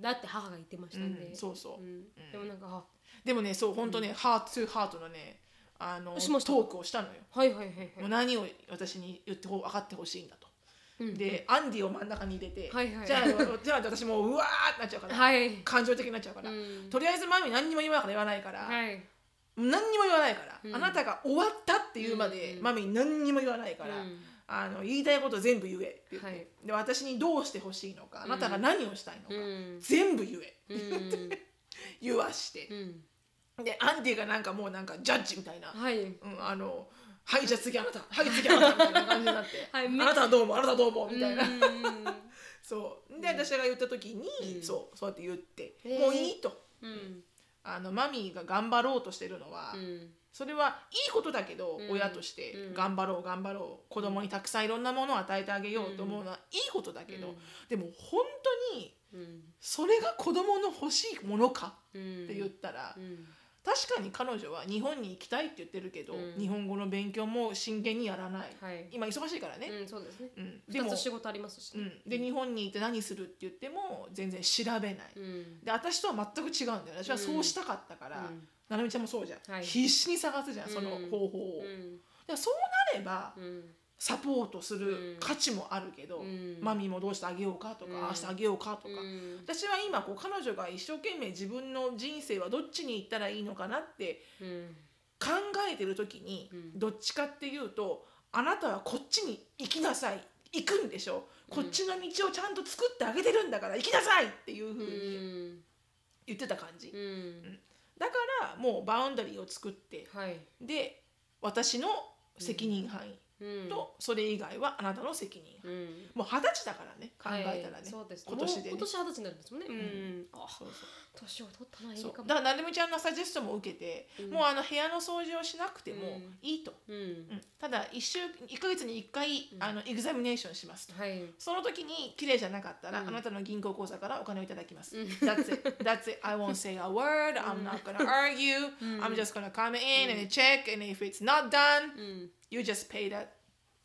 Speaker 1: だって母が言ってましたんで、
Speaker 2: うんそうそう、
Speaker 1: んでもなんかあ
Speaker 2: でもねそう本当ね、ハート・トゥ・ハートのねあの
Speaker 1: しました
Speaker 2: トークをしたのよ
Speaker 1: はいはいはいはい
Speaker 2: もう何を私に言ってほ分かってほしいんだと、
Speaker 1: うん
Speaker 2: でアンディを真ん中に入れて、
Speaker 1: はいはい
Speaker 2: じゃあじゃあ私もううわーってなっちゃうから、
Speaker 1: はい
Speaker 2: 感情的になっちゃうから、
Speaker 1: うん
Speaker 2: とりあえずマミ何にも言わないから言わないから、
Speaker 1: はい
Speaker 2: 何にも言わないから、
Speaker 1: うん
Speaker 2: あなたが終わったっていうまで、
Speaker 1: うん
Speaker 2: マミ何にも言わないから、
Speaker 1: うん
Speaker 2: あの言いたいこと全部言えって言って、
Speaker 1: はい
Speaker 2: で私にどうしてほしいのかあなたが何をしたいのか、
Speaker 1: うん
Speaker 2: 全部言
Speaker 1: う
Speaker 2: え
Speaker 1: ん
Speaker 2: 言わして
Speaker 1: う、ん
Speaker 2: でアンディがなんかもうなんかジャッジみたいな、
Speaker 1: はい
Speaker 2: うん、あの「はいじゃあ次あなたはい次あなた」みたいな感じになって 「
Speaker 1: はい
Speaker 2: あ
Speaker 1: め
Speaker 2: なたはどうもあなたはどうも」みたいな、
Speaker 1: うん
Speaker 2: そうで私が言った時に、
Speaker 1: うん
Speaker 2: そうそうやって言って「
Speaker 1: へえ
Speaker 2: もういい」と。
Speaker 1: うん
Speaker 2: あのマミーが頑張ろうとしてるのは、
Speaker 1: うん
Speaker 2: それはいいことだけど、
Speaker 1: うん
Speaker 2: 親として
Speaker 1: うん
Speaker 2: 頑張ろう頑張ろう子供にたくさんいろんなものを与えてあげようと思うのはいいことだけど、
Speaker 1: うん
Speaker 2: でも本当に
Speaker 1: うん
Speaker 2: それが子供の欲しいものか
Speaker 1: うん
Speaker 2: って言ったら、
Speaker 1: うん
Speaker 2: 確かに彼女は日本に行きたいって言ってるけど、
Speaker 1: うん
Speaker 2: 日本語の勉強も真剣にやらない、
Speaker 1: はい
Speaker 2: 今忙しいからね、
Speaker 1: うんそうですね
Speaker 2: うんで
Speaker 1: 二
Speaker 2: も
Speaker 1: つ、仕事ありますし
Speaker 2: う
Speaker 1: ね
Speaker 2: ん、で日本にいて何するって言っても全然調べない、
Speaker 1: うん
Speaker 2: で私とは全く違うんだよ私はそうしたかったから、
Speaker 1: うん
Speaker 2: ななみちゃんもそうじゃん、
Speaker 1: はい
Speaker 2: 必死に探すじゃんその
Speaker 1: うん
Speaker 2: 方法
Speaker 1: う
Speaker 2: を、だか
Speaker 1: ん
Speaker 2: らそうなれば
Speaker 1: うん
Speaker 2: サポートす
Speaker 1: う
Speaker 2: る
Speaker 1: ん
Speaker 2: 価値もあるけど、
Speaker 1: うん
Speaker 2: マミーもどうしてあげようかとか、
Speaker 1: うん
Speaker 2: ああしてあげようかとか、
Speaker 1: うん
Speaker 2: 私は今こう彼女が一生懸命自分の人生はどっちに行ったらいいのかなって
Speaker 1: うん
Speaker 2: 考えてる時に、
Speaker 1: うん
Speaker 2: どっちかっていうとあなたはこっちに行きなさい行くんでしょこっちの道をちゃんと作ってあげてるんだから行きなさいっていうふうに
Speaker 1: ん
Speaker 2: 言ってた感じ
Speaker 1: うん
Speaker 2: だからもうバウンダリーを作って
Speaker 1: はい
Speaker 2: で私の責任範囲
Speaker 1: うん
Speaker 2: とそれ以外はあなたの責任
Speaker 1: うんうん
Speaker 2: もう二十歳だからね考えたら
Speaker 1: はい
Speaker 2: ね
Speaker 1: そうです
Speaker 2: 今年でね
Speaker 1: もう今年二十歳になるんですもんねうんあ
Speaker 2: そうそう
Speaker 1: 年を取ったのはいい
Speaker 2: そう
Speaker 1: かも
Speaker 2: だからなるみちゃんのサジェストも受けて、
Speaker 1: うん
Speaker 2: もうあの部屋の掃除をしなくて
Speaker 1: う
Speaker 2: も
Speaker 1: ん
Speaker 2: いいと、
Speaker 1: うん
Speaker 2: うんただ1週1ヶ月に1回、
Speaker 1: うん
Speaker 2: あのエグザミネーションしますと
Speaker 1: はい
Speaker 2: その時に綺麗じゃなかったら、
Speaker 1: うん
Speaker 2: あなたの銀行口座からお金をいただきます、
Speaker 1: うん
Speaker 2: That's it That's it I won't say a word I'm not gonna argue、
Speaker 1: うん
Speaker 2: I'm just gonna come in and check and if it's not done
Speaker 1: うん
Speaker 2: you just pay that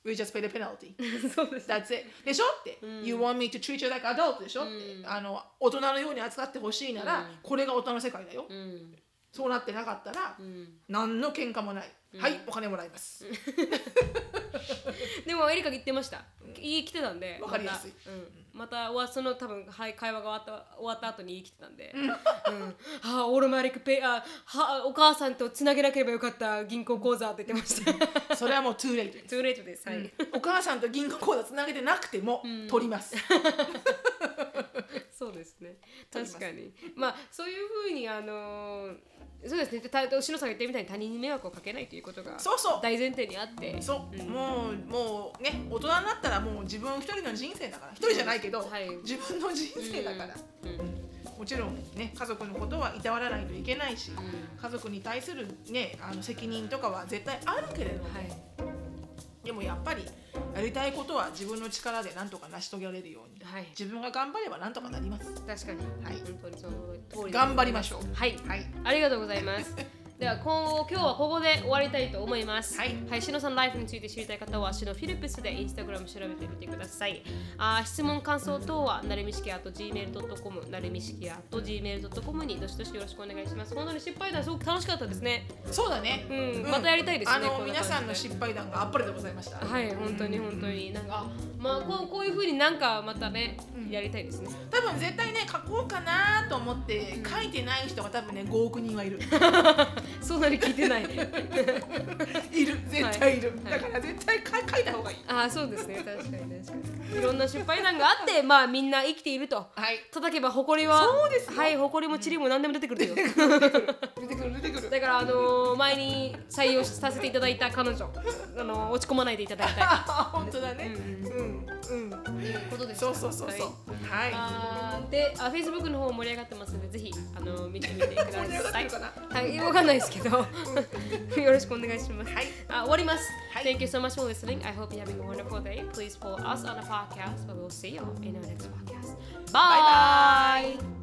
Speaker 2: we just pay the penalty
Speaker 1: そうです
Speaker 2: That's it でしょって、
Speaker 1: ん
Speaker 2: You want me to treat you like adult でしょって、
Speaker 1: うん
Speaker 2: あの大人のように扱ってほしいなら、
Speaker 1: うん
Speaker 2: これが大人の世界だよ、
Speaker 1: うん
Speaker 2: そうなってなかったら、
Speaker 1: うん
Speaker 2: 何の喧嘩もない、はいお金もらいます、
Speaker 1: でもエリカ言ってました。言い来てたんで。
Speaker 2: わかりやすい
Speaker 1: また。うん。またはその多分はい会話が終わった終わった後に言い来てたんで。うん。 あオールマリックペイあはお母さんとつなげなければよかった銀行口座って言ってました。
Speaker 2: それはもう too late
Speaker 1: トゥーレイトです。はい。
Speaker 2: お母さんと銀行口座つなげてなくても、取 ります
Speaker 1: そうですね。
Speaker 2: 取りま
Speaker 1: 確
Speaker 2: す
Speaker 1: かに。まあそういうふうにあのーそうですね。でた後ろさんが言ってみたいに他人に迷惑をかけないということが
Speaker 2: そうそう
Speaker 1: 大前提にあって。
Speaker 2: そう、もうもうね大人になったらもう自分一人の人生だから一人じゃないけど、
Speaker 1: はい
Speaker 2: 自分の人生だから、もちろんね家族のことはいたわらないといけないし、家族に対するねあの責任とかは絶対あるけれども、
Speaker 1: はい
Speaker 2: でもやっぱりやりたいことは自分の力で何とか成し遂げられるように、
Speaker 1: はい
Speaker 2: 自分が頑張れば何とかなります
Speaker 1: 確かに。
Speaker 2: はい
Speaker 1: 本当にその通りだと思います。
Speaker 2: 頑張りましょう
Speaker 1: はい。
Speaker 2: はい
Speaker 1: ありがとうございます。では今今日はここで終わりたいと思います。
Speaker 2: はい
Speaker 1: はい、しのさんライフについて知りたい方は、しのフィリップスでインスタグラム調べてみてください。あー質問、感想等は、なるみしきあと gmail.com、なるみしきあと gmail.com にどしどしよろしくお願いします。本当に失敗談、すごく楽しかったですね。
Speaker 2: そうだね、
Speaker 1: うんまたやりたいですね
Speaker 2: あ
Speaker 1: こんな感じ
Speaker 2: の
Speaker 1: で
Speaker 2: 皆さんの失敗談があっぱれでございました
Speaker 1: はい、本当に本当に。なんか、まあこうこういう風になんかまたね、やりたいですね。
Speaker 2: 多分絶対ね書こうかなと思って書いてない人が多分ね5億人は いる
Speaker 1: そんなに聞いて ない。
Speaker 2: いる絶対いる、
Speaker 1: はい
Speaker 2: だから絶対か書いた方がいい
Speaker 1: ああ、そうですね。確かに確かに。いろんな失敗談があって、まあみんな生きていると。
Speaker 2: はい
Speaker 1: 叩けば埃は
Speaker 2: そうですよ
Speaker 1: はい埃も塵も何でも出てくるよ
Speaker 2: 出てくる出てくる
Speaker 1: だからあのー前に採用させていただいた彼 女あのー落ち込まないでいただきた
Speaker 2: あ 本当だね
Speaker 1: うん
Speaker 2: うんうん、
Speaker 1: いということです
Speaker 2: そうそうそうそうはい、
Speaker 1: あーであ Facebook の方盛り上がってますのでぜひあのー見てみてください
Speaker 2: 盛り上がってるかな
Speaker 1: はいわかんないですけど よろしくお願いします
Speaker 2: はい
Speaker 1: あ終わります、
Speaker 2: はい
Speaker 1: Thank you so much for listening I hope you're having a wonderful day Please follow us on the podcast We will see you in our next podcast
Speaker 2: バイバ
Speaker 1: Bye.
Speaker 2: イ